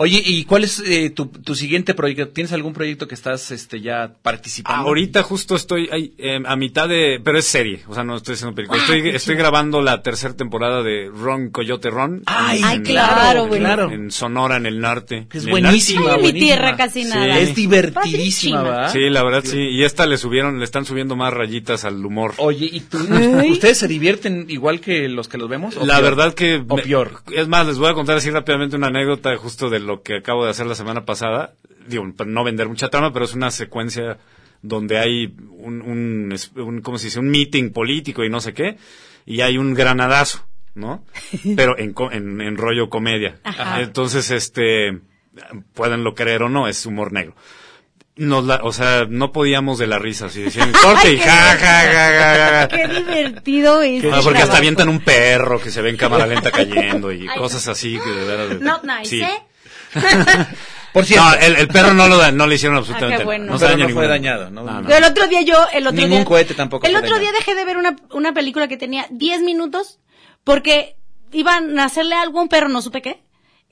Speaker 3: Oye, ¿y cuál es eh, tu, tu siguiente proyecto? ¿Tienes algún proyecto que estás este, ya participando?
Speaker 7: Ahorita justo estoy ay, eh, a mitad de... Pero es serie, o sea, no estoy haciendo
Speaker 5: Ah,
Speaker 7: película. Estoy, estoy grabando la tercera temporada de Ron Coyote Ron.
Speaker 5: Ay, ay, claro,
Speaker 7: en-
Speaker 5: güey.
Speaker 7: En, Sonora, en el norte.
Speaker 3: Es
Speaker 7: En el
Speaker 3: buenísima,
Speaker 7: norte.
Speaker 5: Ay, mi tierra casi nada.
Speaker 7: Es
Speaker 3: divertidísima, ¿verdad?
Speaker 7: Sí, la verdad sí. Y esta le subieron, le están subiendo más rayitas al humor.
Speaker 3: Oye, ¿y tú?
Speaker 7: Ay.
Speaker 3: ¿Ustedes se divierten igual que los que los vemos? ¿O
Speaker 7: La
Speaker 3: peor?
Speaker 7: verdad que...
Speaker 3: O
Speaker 7: me-
Speaker 3: peor.
Speaker 7: Es más, les voy a contar así rápidamente una anécdota justo de lo que acabo de hacer la semana pasada. Digo, para no vender mucha trama, pero es una secuencia donde hay un, un, es- un- ¿cómo se dice? Un meeting político y no sé qué. Y hay un granadazo,
Speaker 14: *laughs*
Speaker 7: ¿no? Pero en, co- en, en rollo comedia.
Speaker 14: Ajá.
Speaker 7: Entonces, este, puedanlo creer o no, es humor negro. Nos la- o sea, no podíamos de la risa,
Speaker 14: *laughs*
Speaker 7: así decían, corte y
Speaker 14: Ay, qué
Speaker 7: ja, ja, ja, ja, ja, ja.
Speaker 14: Qué divertido es.
Speaker 7: Ah, porque hasta
Speaker 14: trabajo.
Speaker 7: avientan un perro que se ve en
Speaker 5: *laughs*
Speaker 7: cámara lenta cayendo y cosas así que de verdad-
Speaker 5: Not nice,
Speaker 7: sí.
Speaker 5: ¿eh?
Speaker 3: Por
Speaker 7: cierto. No, eh. el, el perro no lo da- no le hicieron absolutamente
Speaker 5: Ah, qué
Speaker 7: nada.
Speaker 5: bueno.
Speaker 7: se
Speaker 3: Pero
Speaker 7: dañó
Speaker 3: no fue
Speaker 7: ninguna-
Speaker 3: dañado, ¿no?
Speaker 7: No, no.
Speaker 5: Yo el otro día yo, el otro
Speaker 3: Ningún
Speaker 5: día.
Speaker 3: cohete tampoco
Speaker 5: El
Speaker 3: fue
Speaker 5: otro día
Speaker 3: dañado.
Speaker 5: dejé de ver una, una película que tenía 10 minutos porque iban a hacerle algo a un perro, no supe qué.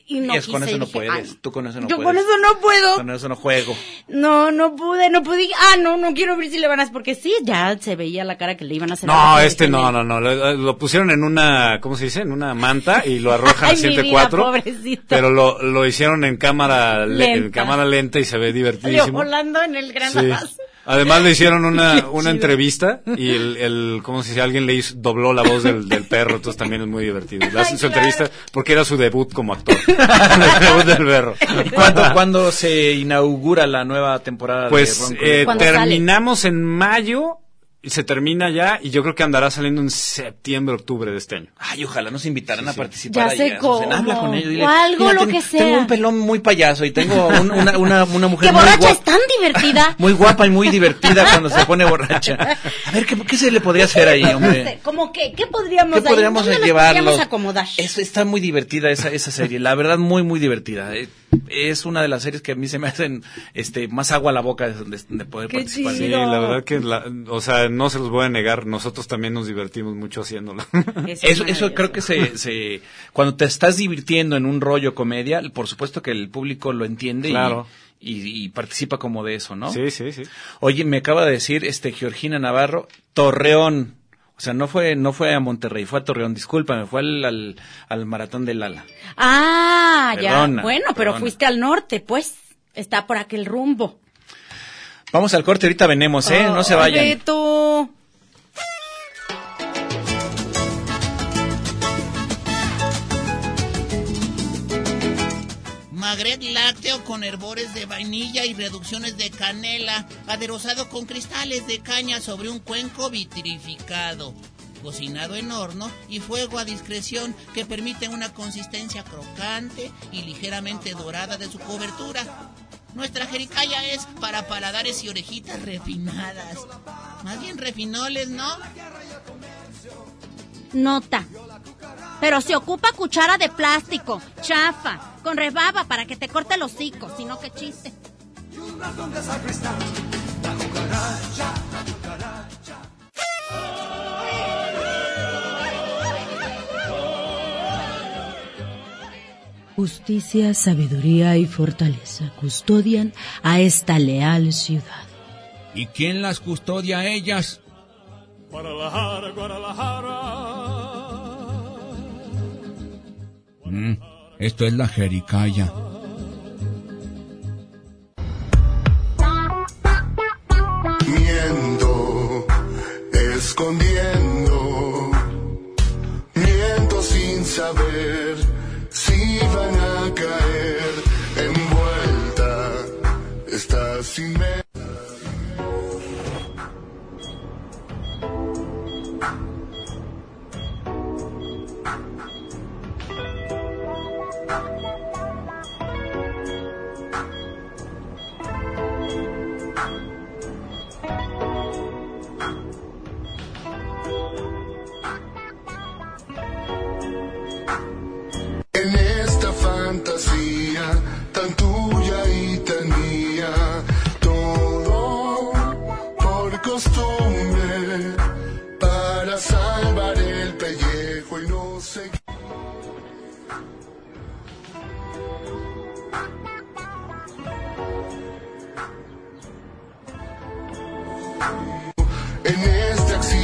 Speaker 5: Y no
Speaker 3: Y es, con
Speaker 5: quise,
Speaker 3: eso no
Speaker 5: dije,
Speaker 3: puedes.
Speaker 5: "Ah, no".
Speaker 3: Tú con eso no
Speaker 5: Yo
Speaker 3: puedes.
Speaker 5: con eso no puedo.
Speaker 3: Con eso no juego.
Speaker 5: No, no pude, no pude. Ah, no, no quiero ver si le van a. Porque sí, ya se veía la cara que le iban a hacer.
Speaker 7: No, este no, no, no. Lo, lo pusieron en una, ¿cómo se dice? En una manta y lo
Speaker 5: *laughs*
Speaker 7: arrojan
Speaker 5: Ay,
Speaker 7: al
Speaker 5: mi vida,
Speaker 7: 104.
Speaker 5: pobrecito.
Speaker 7: Pero lo, lo hicieron en cámara, le- en
Speaker 5: Lenta.
Speaker 7: cámara lenta y se ve
Speaker 5: Salió
Speaker 7: divertidísimo.
Speaker 5: volando en el gran
Speaker 7: Sí.
Speaker 5: Abasto.
Speaker 7: Además le hicieron una,
Speaker 5: chido.
Speaker 7: una entrevista y el, el, ¿cómo se dice? Alguien le hizo, dobló la voz del, del perro, entonces también es muy divertido. Le hacen su entrevista porque era su debut como actor. *laughs* el debut del perro.
Speaker 3: ¿Cuándo, cuándo se inaugura la nueva temporada
Speaker 7: Pues
Speaker 3: de Ron
Speaker 7: eh,
Speaker 3: Coyote?
Speaker 7: terminamos en mayo y se termina ya y yo creo que andará saliendo en septiembre, octubre de este año.
Speaker 3: Ay, ojalá nos invitaran a participar.
Speaker 5: Ya
Speaker 3: ahí,
Speaker 5: sé
Speaker 3: Azucena.
Speaker 5: cómo.
Speaker 3: Habla con ellos. dile,
Speaker 5: o algo,
Speaker 3: "Mira,
Speaker 5: lo
Speaker 3: tengo-
Speaker 5: que
Speaker 3: Tengo
Speaker 5: sea.
Speaker 3: un pelón muy payaso y tengo un- una, una, una
Speaker 5: *laughs*
Speaker 3: mujer
Speaker 5: Que
Speaker 3: muy
Speaker 5: borracha
Speaker 3: guapa.
Speaker 5: es tan divertida.
Speaker 3: Muy guapa y muy divertida cuando se pone borracha. A ver, ¿qué, qué se le podría hacer ahí, *laughs* hombre?
Speaker 5: Este, Como que, ¿qué podríamos,
Speaker 3: ¿Qué
Speaker 5: ahí?
Speaker 3: podríamos
Speaker 5: ¿Dónde nos
Speaker 3: llevarlo?
Speaker 5: podríamos acomodar?
Speaker 3: Es- está muy divertida esa, esa serie, la verdad muy muy divertida. Eh, Es una de las series que a mí se me hacen este más agua a la boca de, de- de poder
Speaker 5: Qué
Speaker 3: participar.
Speaker 7: Sí, la verdad que, la- o sea, no se los voy a negar, nosotros también nos divertimos mucho haciéndolo.
Speaker 3: Eso, eso creo que se, se- cuando te estás divirtiendo en un rollo comedia, por supuesto que el público lo entiende y-
Speaker 7: Claro.
Speaker 3: y, y participa como de eso, ¿no?
Speaker 7: Sí, sí, sí.
Speaker 3: Oye, me acaba de decir este Georgina Navarro, Torreón. O sea, no fue, no fue a Monterrey, fue a Torreón, discúlpame, fue al, al, al maratón del Lala.
Speaker 5: Ah, ya.
Speaker 3: Perdona,
Speaker 5: bueno, pero
Speaker 3: perdona.
Speaker 5: fuiste al norte, pues. Está por aquel rumbo.
Speaker 3: Vamos al corte, ahorita venemos, ¿eh? No se
Speaker 5: Ay,
Speaker 3: vayan.
Speaker 5: Beto.
Speaker 15: Magret lácteo con herbores de vainilla y reducciones de canela, aderezado con cristales de caña sobre un cuenco vitrificado, cocinado en horno y fuego a discreción que permite una consistencia crocante y ligeramente dorada de su cobertura. Nuestra jericaya es para paladares y orejitas refinadas. Más bien refinoles, ¿no?
Speaker 8: Nota. Pero se ocupa cuchara de plástico, chafa, con rebaba para que te corte el hocico, sino que chiste.
Speaker 11: Justicia, sabiduría y fortaleza custodian a esta leal ciudad.
Speaker 16: ¿Y quién las custodia a ellas?
Speaker 13: Guadalajara, Guadalajara.
Speaker 16: Mm, esto es la jericaya.
Speaker 17: Miento, escondiendo. Miento sin saber si van a caer envuelta. Estás sin me- En esta fantasía tan tuya y tan mía, todo por costumbre para salvar el pellejo y no seguir. este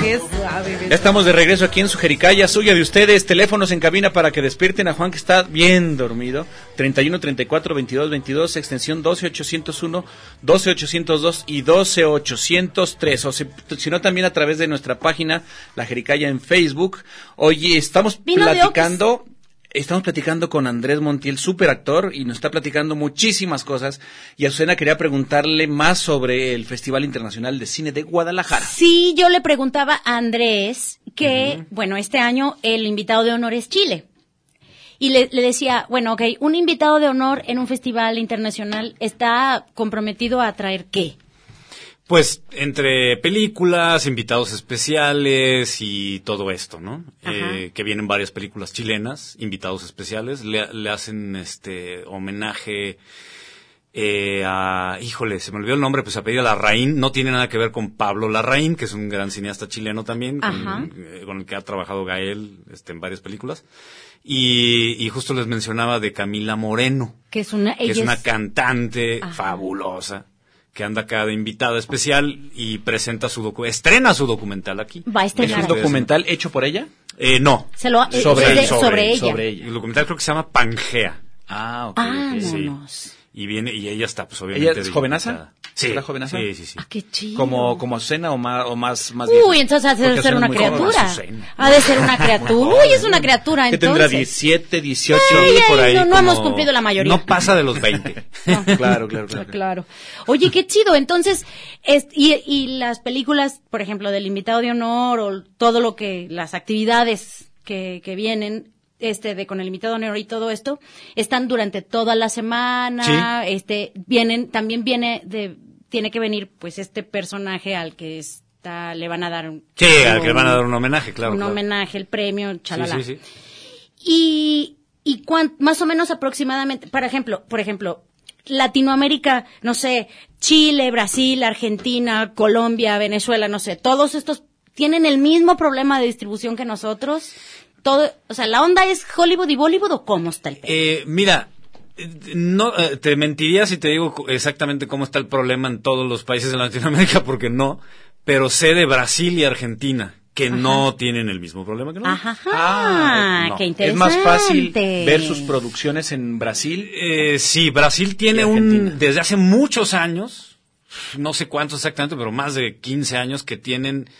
Speaker 18: qué suave.
Speaker 3: Ya estamos de regreso aquí en su jericaya suya de ustedes. Teléfonos en cabina para que despierten a Juan que está bien dormido. 31 34 22 22, extensión 12 801, 12 802 y 12 803. O si, si no, también a través de nuestra página, La Jericaya en Facebook. Oye, estamos
Speaker 5: Vino de
Speaker 3: platicando. Estamos platicando con Andrés Montiel, súper actor, y nos está platicando muchísimas cosas. Y Azucena quería preguntarle más sobre el Festival Internacional de Cine de Guadalajara.
Speaker 5: Sí, yo le preguntaba a Andrés que, bueno, este año el invitado de honor es Chile. Y le, le decía, bueno, ok, un invitado de honor en un festival internacional está comprometido a traer qué?
Speaker 7: Pues entre películas, invitados especiales y todo esto, ¿no?
Speaker 5: Ajá.
Speaker 7: Eh, que vienen varias películas chilenas, invitados especiales, le, le hacen este homenaje eh, a, híjole, se me olvidó el nombre, pues apellido Larraín, no tiene nada que ver con Pablo Larraín, que es un gran cineasta chileno también,
Speaker 5: Ajá.
Speaker 7: con, eh, con el que ha trabajado Gael este, en varias películas. Y, y justo les mencionaba de Camila Moreno
Speaker 5: Que es una,
Speaker 7: que
Speaker 5: ella
Speaker 7: es una
Speaker 5: es-
Speaker 7: cantante
Speaker 5: Ajá.
Speaker 7: fabulosa que anda acá de invitada especial y presenta su docu estrena su documental aquí.
Speaker 5: Va a estrenar.
Speaker 7: ¿Es un
Speaker 3: documental hecho por ella?
Speaker 7: Eh, no.
Speaker 5: Se lo- eh, Sobre sobre- ella. sobre ella. sobre
Speaker 7: El documental creo que se llama Pangea.
Speaker 3: Ah, ok.
Speaker 5: Ah,
Speaker 7: Sí.
Speaker 5: no, no.
Speaker 7: Y viene y ella está pues obviamente
Speaker 3: ¿Ella es
Speaker 7: de
Speaker 3: jovenaza?
Speaker 7: invitada. Sí.
Speaker 3: ¿Era jovenaza?
Speaker 7: Sí, sí, sí.
Speaker 5: Ah, Qué chido.
Speaker 3: Como, como Azucena o más, o más, más
Speaker 5: Uy,
Speaker 3: vieja?
Speaker 5: entonces ha de
Speaker 3: Porque
Speaker 5: ser
Speaker 3: son
Speaker 5: una
Speaker 3: muy jóvenes.
Speaker 5: criatura.
Speaker 3: Azucena.
Speaker 5: Ha de ser
Speaker 3: *laughs*
Speaker 5: una criatura. Uy, es una criatura,
Speaker 3: Que tendrá
Speaker 5: entonces.
Speaker 3: 17, 18,
Speaker 5: Ay,
Speaker 3: por ahí.
Speaker 5: no, no
Speaker 3: como-
Speaker 5: hemos cumplido la mayoría.
Speaker 3: No pasa de los
Speaker 5: *laughs*
Speaker 3: 20.
Speaker 5: Ah.
Speaker 7: *laughs*
Speaker 3: claro, claro, claro.
Speaker 5: Claro. Oye, qué chido. Entonces, es- y, y las películas, por ejemplo, del invitado de honor o todo lo que, las actividades que, que vienen, este, de con el invitado de honor y todo esto, están durante toda la semana. Este, vienen, también viene de, tiene que venir, pues, este personaje al que está, le van a dar un,
Speaker 7: Sí, al que le van a dar un homenaje, claro.
Speaker 5: un
Speaker 7: claro.
Speaker 5: homenaje, el premio, chalala.
Speaker 7: Sí, sí, sí.
Speaker 5: Y, y cuán- más o menos aproximadamente, por ejemplo, por ejemplo, Latinoamérica, no sé, Chile, Brasil, Argentina, Colombia, Venezuela, no sé, todos estos tienen el mismo problema de distribución que nosotros. Todo, o sea, la onda es Hollywood y Bollywood o cómo está el pe-
Speaker 7: Eh, mira, eh, no eh, te mentiría si te digo cu- exactamente cómo está el problema en todos los países de Latinoamérica, *laughs* porque no, pero sé de Brasil y Argentina que no tienen el mismo problema que nosotros.
Speaker 5: Ajá,
Speaker 7: Ah, no.
Speaker 5: qué
Speaker 7: Es
Speaker 5: interesante.
Speaker 7: más fácil
Speaker 3: Ver sus producciones en Brasil.
Speaker 7: Eh, sí, Brasil tiene un, desde hace muchos años, no sé cuántos exactamente, pero más de 15 años que tienen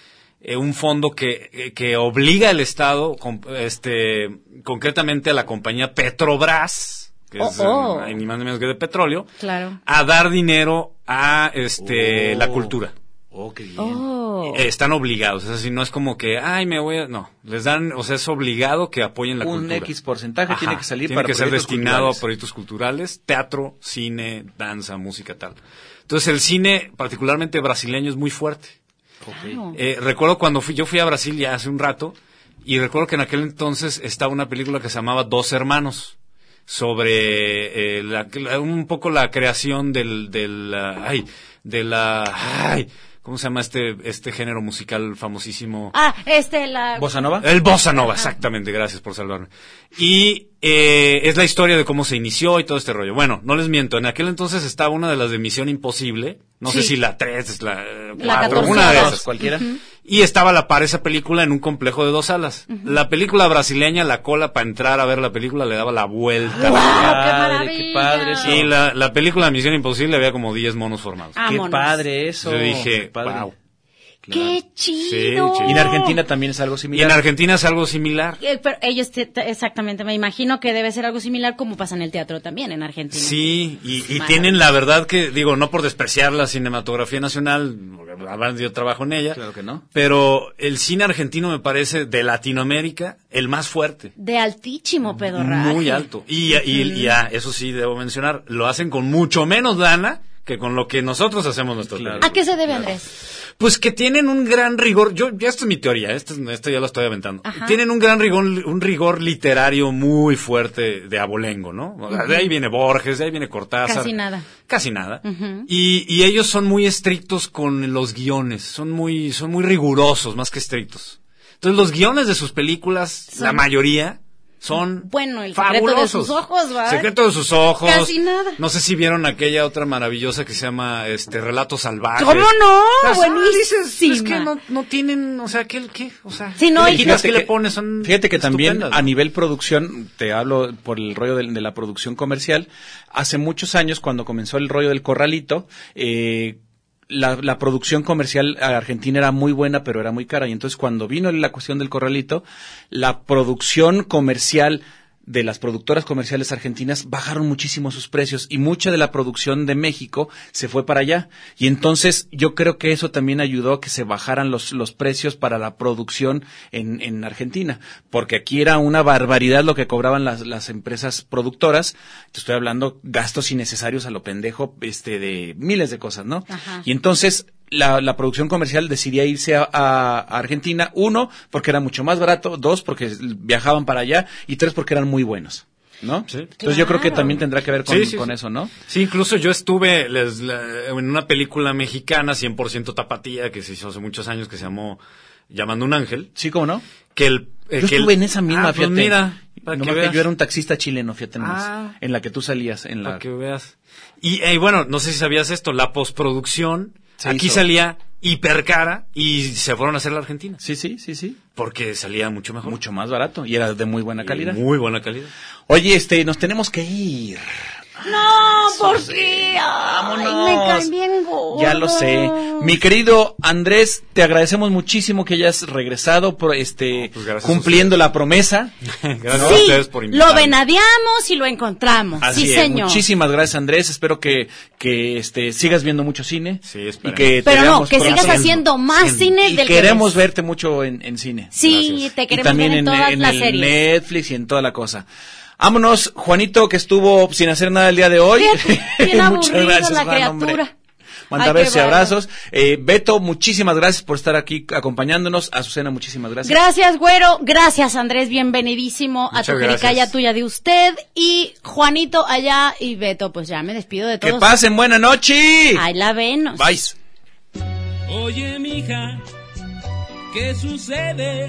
Speaker 7: eh, un fondo que, eh, que obliga al Estado, con- este, concretamente a la compañía Petrobras, que es
Speaker 5: Oh, oh.
Speaker 7: eh, ni más ni menos que de petróleo,
Speaker 5: Claro.
Speaker 7: a dar dinero a este,
Speaker 3: Oh.
Speaker 7: la cultura.
Speaker 5: Oh.
Speaker 7: Eh, Están obligados, es así, no es como que, ay, me voy a... No, les dan, o sea, es obligado que apoyen la
Speaker 3: Un
Speaker 7: cultura.
Speaker 3: X porcentaje
Speaker 7: Ajá,
Speaker 3: tiene que salir
Speaker 7: tiene
Speaker 3: para
Speaker 7: que ser
Speaker 3: proyectos
Speaker 7: destinado
Speaker 3: culturales.
Speaker 7: a proyectos culturales, teatro, cine, danza, música, tal. Entonces el cine, particularmente brasileño, es muy fuerte.
Speaker 3: Claro.
Speaker 7: Eh, recuerdo cuando fui, yo fui a Brasil ya hace un rato, y recuerdo que en aquel entonces estaba una película que se llamaba Dos Hermanos, sobre eh, la- la- un poco la creación del, del, ah, ay, de la, ay, ¿cómo se llama este, este género musical famosísimo?
Speaker 5: Ah, este, la...
Speaker 7: El Bossa Nova, exactamente, gracias por salvarme. Y eh, es la historia de cómo se inició y todo este rollo. Bueno, no les miento, en aquel entonces estaba una de las de Misión Imposible, no sé
Speaker 3: Sí.
Speaker 7: si la 3, la 4,
Speaker 3: La
Speaker 7: una de
Speaker 3: 14.
Speaker 7: esas.
Speaker 3: Cualquiera. Ujú.
Speaker 7: Y estaba a la par esa película en un complejo de dos salas.
Speaker 3: Ujú.
Speaker 7: La película brasileña, la cola para entrar a ver la película le daba la
Speaker 3: Ah,
Speaker 7: vuelta.
Speaker 3: ¡Guau, qué Qué padre, qué maravilla! padre
Speaker 7: Y
Speaker 3: eso.
Speaker 7: la, la película de Misión Imposible había como 10 monos formados.
Speaker 3: Qué padre Ah, eso.
Speaker 7: Yo dije,
Speaker 3: qué padre.
Speaker 7: wow.
Speaker 5: ¡Qué chido!
Speaker 7: Sí,
Speaker 3: Y en Argentina también es algo similar.
Speaker 7: Y en Argentina es algo similar.
Speaker 5: Eh, pero ellos, te- te- exactamente, me imagino que debe ser algo similar como pasa en el teatro también en Argentina.
Speaker 7: Sí, y, y
Speaker 5: Madre.
Speaker 7: tienen la verdad que, digo, no por despreciar la cinematografía nacional, porque además yo trabajo en ella. Claro que no. Pero el cine argentino me parece de Latinoamérica el más fuerte.
Speaker 5: De altísimo pedorraje.
Speaker 7: Muy alto. Y, y, y ya, eso sí, debo mencionar, lo hacen con mucho menos lana que con lo que nosotros hacemos nuestros
Speaker 5: ¿A qué se debe, Andrés?
Speaker 7: Pues que tienen un gran rigor, yo, ya esta es mi teoría, esto, esto ya lo estoy aventando.
Speaker 5: Ajá.
Speaker 7: Tienen un gran rigor, un rigor literario muy fuerte de abolengo, ¿no? O sea, De ahí viene Borges, de ahí viene Cortázar.
Speaker 5: Casi nada.
Speaker 7: Casi nada.
Speaker 5: Ujú.
Speaker 7: Y, y ellos son muy estrictos con los guiones, son muy, son muy rigurosos más que estrictos. Entonces los guiones de sus películas,
Speaker 5: Son-
Speaker 7: la mayoría, Son
Speaker 11: Bueno, el secreto de
Speaker 7: fabulosos.
Speaker 11: sus ojos, ¿verdad?
Speaker 7: Secreto de sus ojos.
Speaker 11: Casi nada.
Speaker 7: No sé si vieron aquella otra maravillosa que se llama este Relatos Salvajes.
Speaker 11: ¿Cómo no?
Speaker 3: Ah,
Speaker 7: Las-
Speaker 11: Buenísima.
Speaker 7: Es que no, no tienen, o sea, ¿qué, qué? O sea,
Speaker 11: Sí, no,
Speaker 7: ¿qué
Speaker 11: y-
Speaker 7: le quitas,
Speaker 3: Fíjate
Speaker 7: qué
Speaker 3: que-
Speaker 7: le pones? Son
Speaker 3: Fíjate que también
Speaker 7: estupendas.
Speaker 3: a nivel producción, te hablo por el rollo de, de la producción comercial, hace muchos años cuando comenzó el rollo del corralito, eh, la, la producción comercial argentina era muy buena, pero era muy cara. Y entonces cuando vino la cuestión del corralito, la producción comercial de las productoras comerciales argentinas bajaron muchísimo sus precios y mucha de la producción de México se fue para allá. Y entonces yo creo que eso también ayudó a que se bajaran los, los precios para la producción en, en Argentina, porque aquí era una barbaridad lo que cobraban las, las empresas productoras. Te estoy hablando gastos innecesarios a lo pendejo, este, de miles de cosas, ¿no?
Speaker 11: Ajá.
Speaker 3: Y entonces la, la producción comercial decidía irse a, a- a Argentina, uno, porque era mucho más barato, dos, porque viajaban para allá, y tres, porque eran muy buenos. ¿No? Entonces yo creo que
Speaker 7: Claro.
Speaker 3: también tendrá que ver con,
Speaker 7: Sí, sí,
Speaker 3: con
Speaker 7: sí.
Speaker 3: eso, ¿no?
Speaker 7: Sí, incluso yo estuve les- la- en una película mexicana 100% tapatía que se hizo hace muchos años que se llamó Llamando a un ángel.
Speaker 3: Sí, ¿cómo no?
Speaker 7: Que el eh,
Speaker 3: yo
Speaker 7: que el-
Speaker 3: estuve en esa misma,
Speaker 7: Ah, pues
Speaker 3: fíjate.
Speaker 7: mira, para
Speaker 3: Nomás
Speaker 7: que
Speaker 3: que
Speaker 7: veas.
Speaker 3: yo era un taxista chileno, fíjate nomás,
Speaker 7: Ah.
Speaker 3: en la que tú salías, en la...
Speaker 7: Para que veas. Y eh, bueno, no sé si sabías esto, la postproducción
Speaker 3: Se
Speaker 7: aquí
Speaker 3: hizo.
Speaker 7: salía hipercara y se fueron a hacer la Argentina.
Speaker 3: Sí, sí, sí, sí.
Speaker 7: Porque salía mucho mejor.
Speaker 3: Mucho más barato y era de muy buena calidad.
Speaker 7: Muy buena calidad.
Speaker 3: Oye, este, nos tenemos que ir.
Speaker 5: No, ¿por qué? Ay, me caen bien gordos.
Speaker 3: Ya lo sé. Mi querido Andrés, te agradecemos muchísimo que hayas regresado por este
Speaker 7: pues gracias a
Speaker 3: cumpliendo la promesa.
Speaker 7: *laughs* gracias
Speaker 3: ¿No?
Speaker 7: a ustedes por
Speaker 11: Lo venadeamos y lo encontramos.
Speaker 3: Así
Speaker 11: sí,
Speaker 3: es.
Speaker 11: señor.
Speaker 3: Muchísimas gracias, Andrés. Espero que, que este, sigas viendo mucho cine. Sí,
Speaker 7: espero.
Speaker 3: que te
Speaker 11: Pero no,
Speaker 3: veamos
Speaker 11: que
Speaker 3: pronto.
Speaker 11: sigas haciendo más cine
Speaker 3: Y
Speaker 11: del que
Speaker 3: queremos
Speaker 11: ves.
Speaker 3: verte mucho en, en cine.
Speaker 11: Sí, te
Speaker 3: Y
Speaker 11: queremos
Speaker 3: también
Speaker 11: ver en,
Speaker 3: en,
Speaker 11: todas
Speaker 3: en
Speaker 11: las
Speaker 3: el
Speaker 11: series.
Speaker 3: Netflix y en toda la cosa. Vámonos, Juanito, que estuvo sin hacer nada el día de hoy. *laughs*
Speaker 11: Bien aburrida la
Speaker 3: Juan, hombre.
Speaker 11: criatura.
Speaker 3: Manda
Speaker 11: Ay, qué
Speaker 3: besos y
Speaker 11: bárbaro.
Speaker 3: abrazos. Eh, Beto, muchísimas gracias por estar aquí acompañándonos. Azucena, muchísimas gracias.
Speaker 11: Gracias, güero. Gracias, Andrés. Bienvenidísimo
Speaker 3: Muchas
Speaker 11: a tu
Speaker 3: gracias.
Speaker 11: jericaya tuya de usted. Y Juanito allá y Beto, pues ya me despido de
Speaker 3: Que
Speaker 11: todos.
Speaker 3: pasen buena noche.
Speaker 11: Ahí la ven.
Speaker 3: Bye.
Speaker 14: Oye, mija, ¿qué sucede?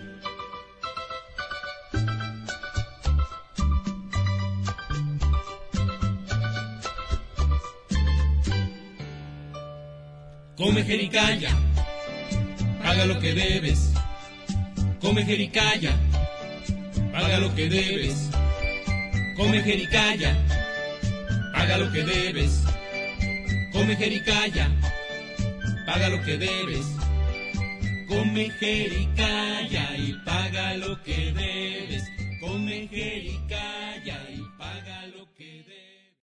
Speaker 14: Come jericaya, paga lo que debes. Come jericaya, paga lo que debes. Come jericaya, paga lo que debes. Come jericaya paga lo que debes. Come jericaya y paga lo que debes. Come jericaya y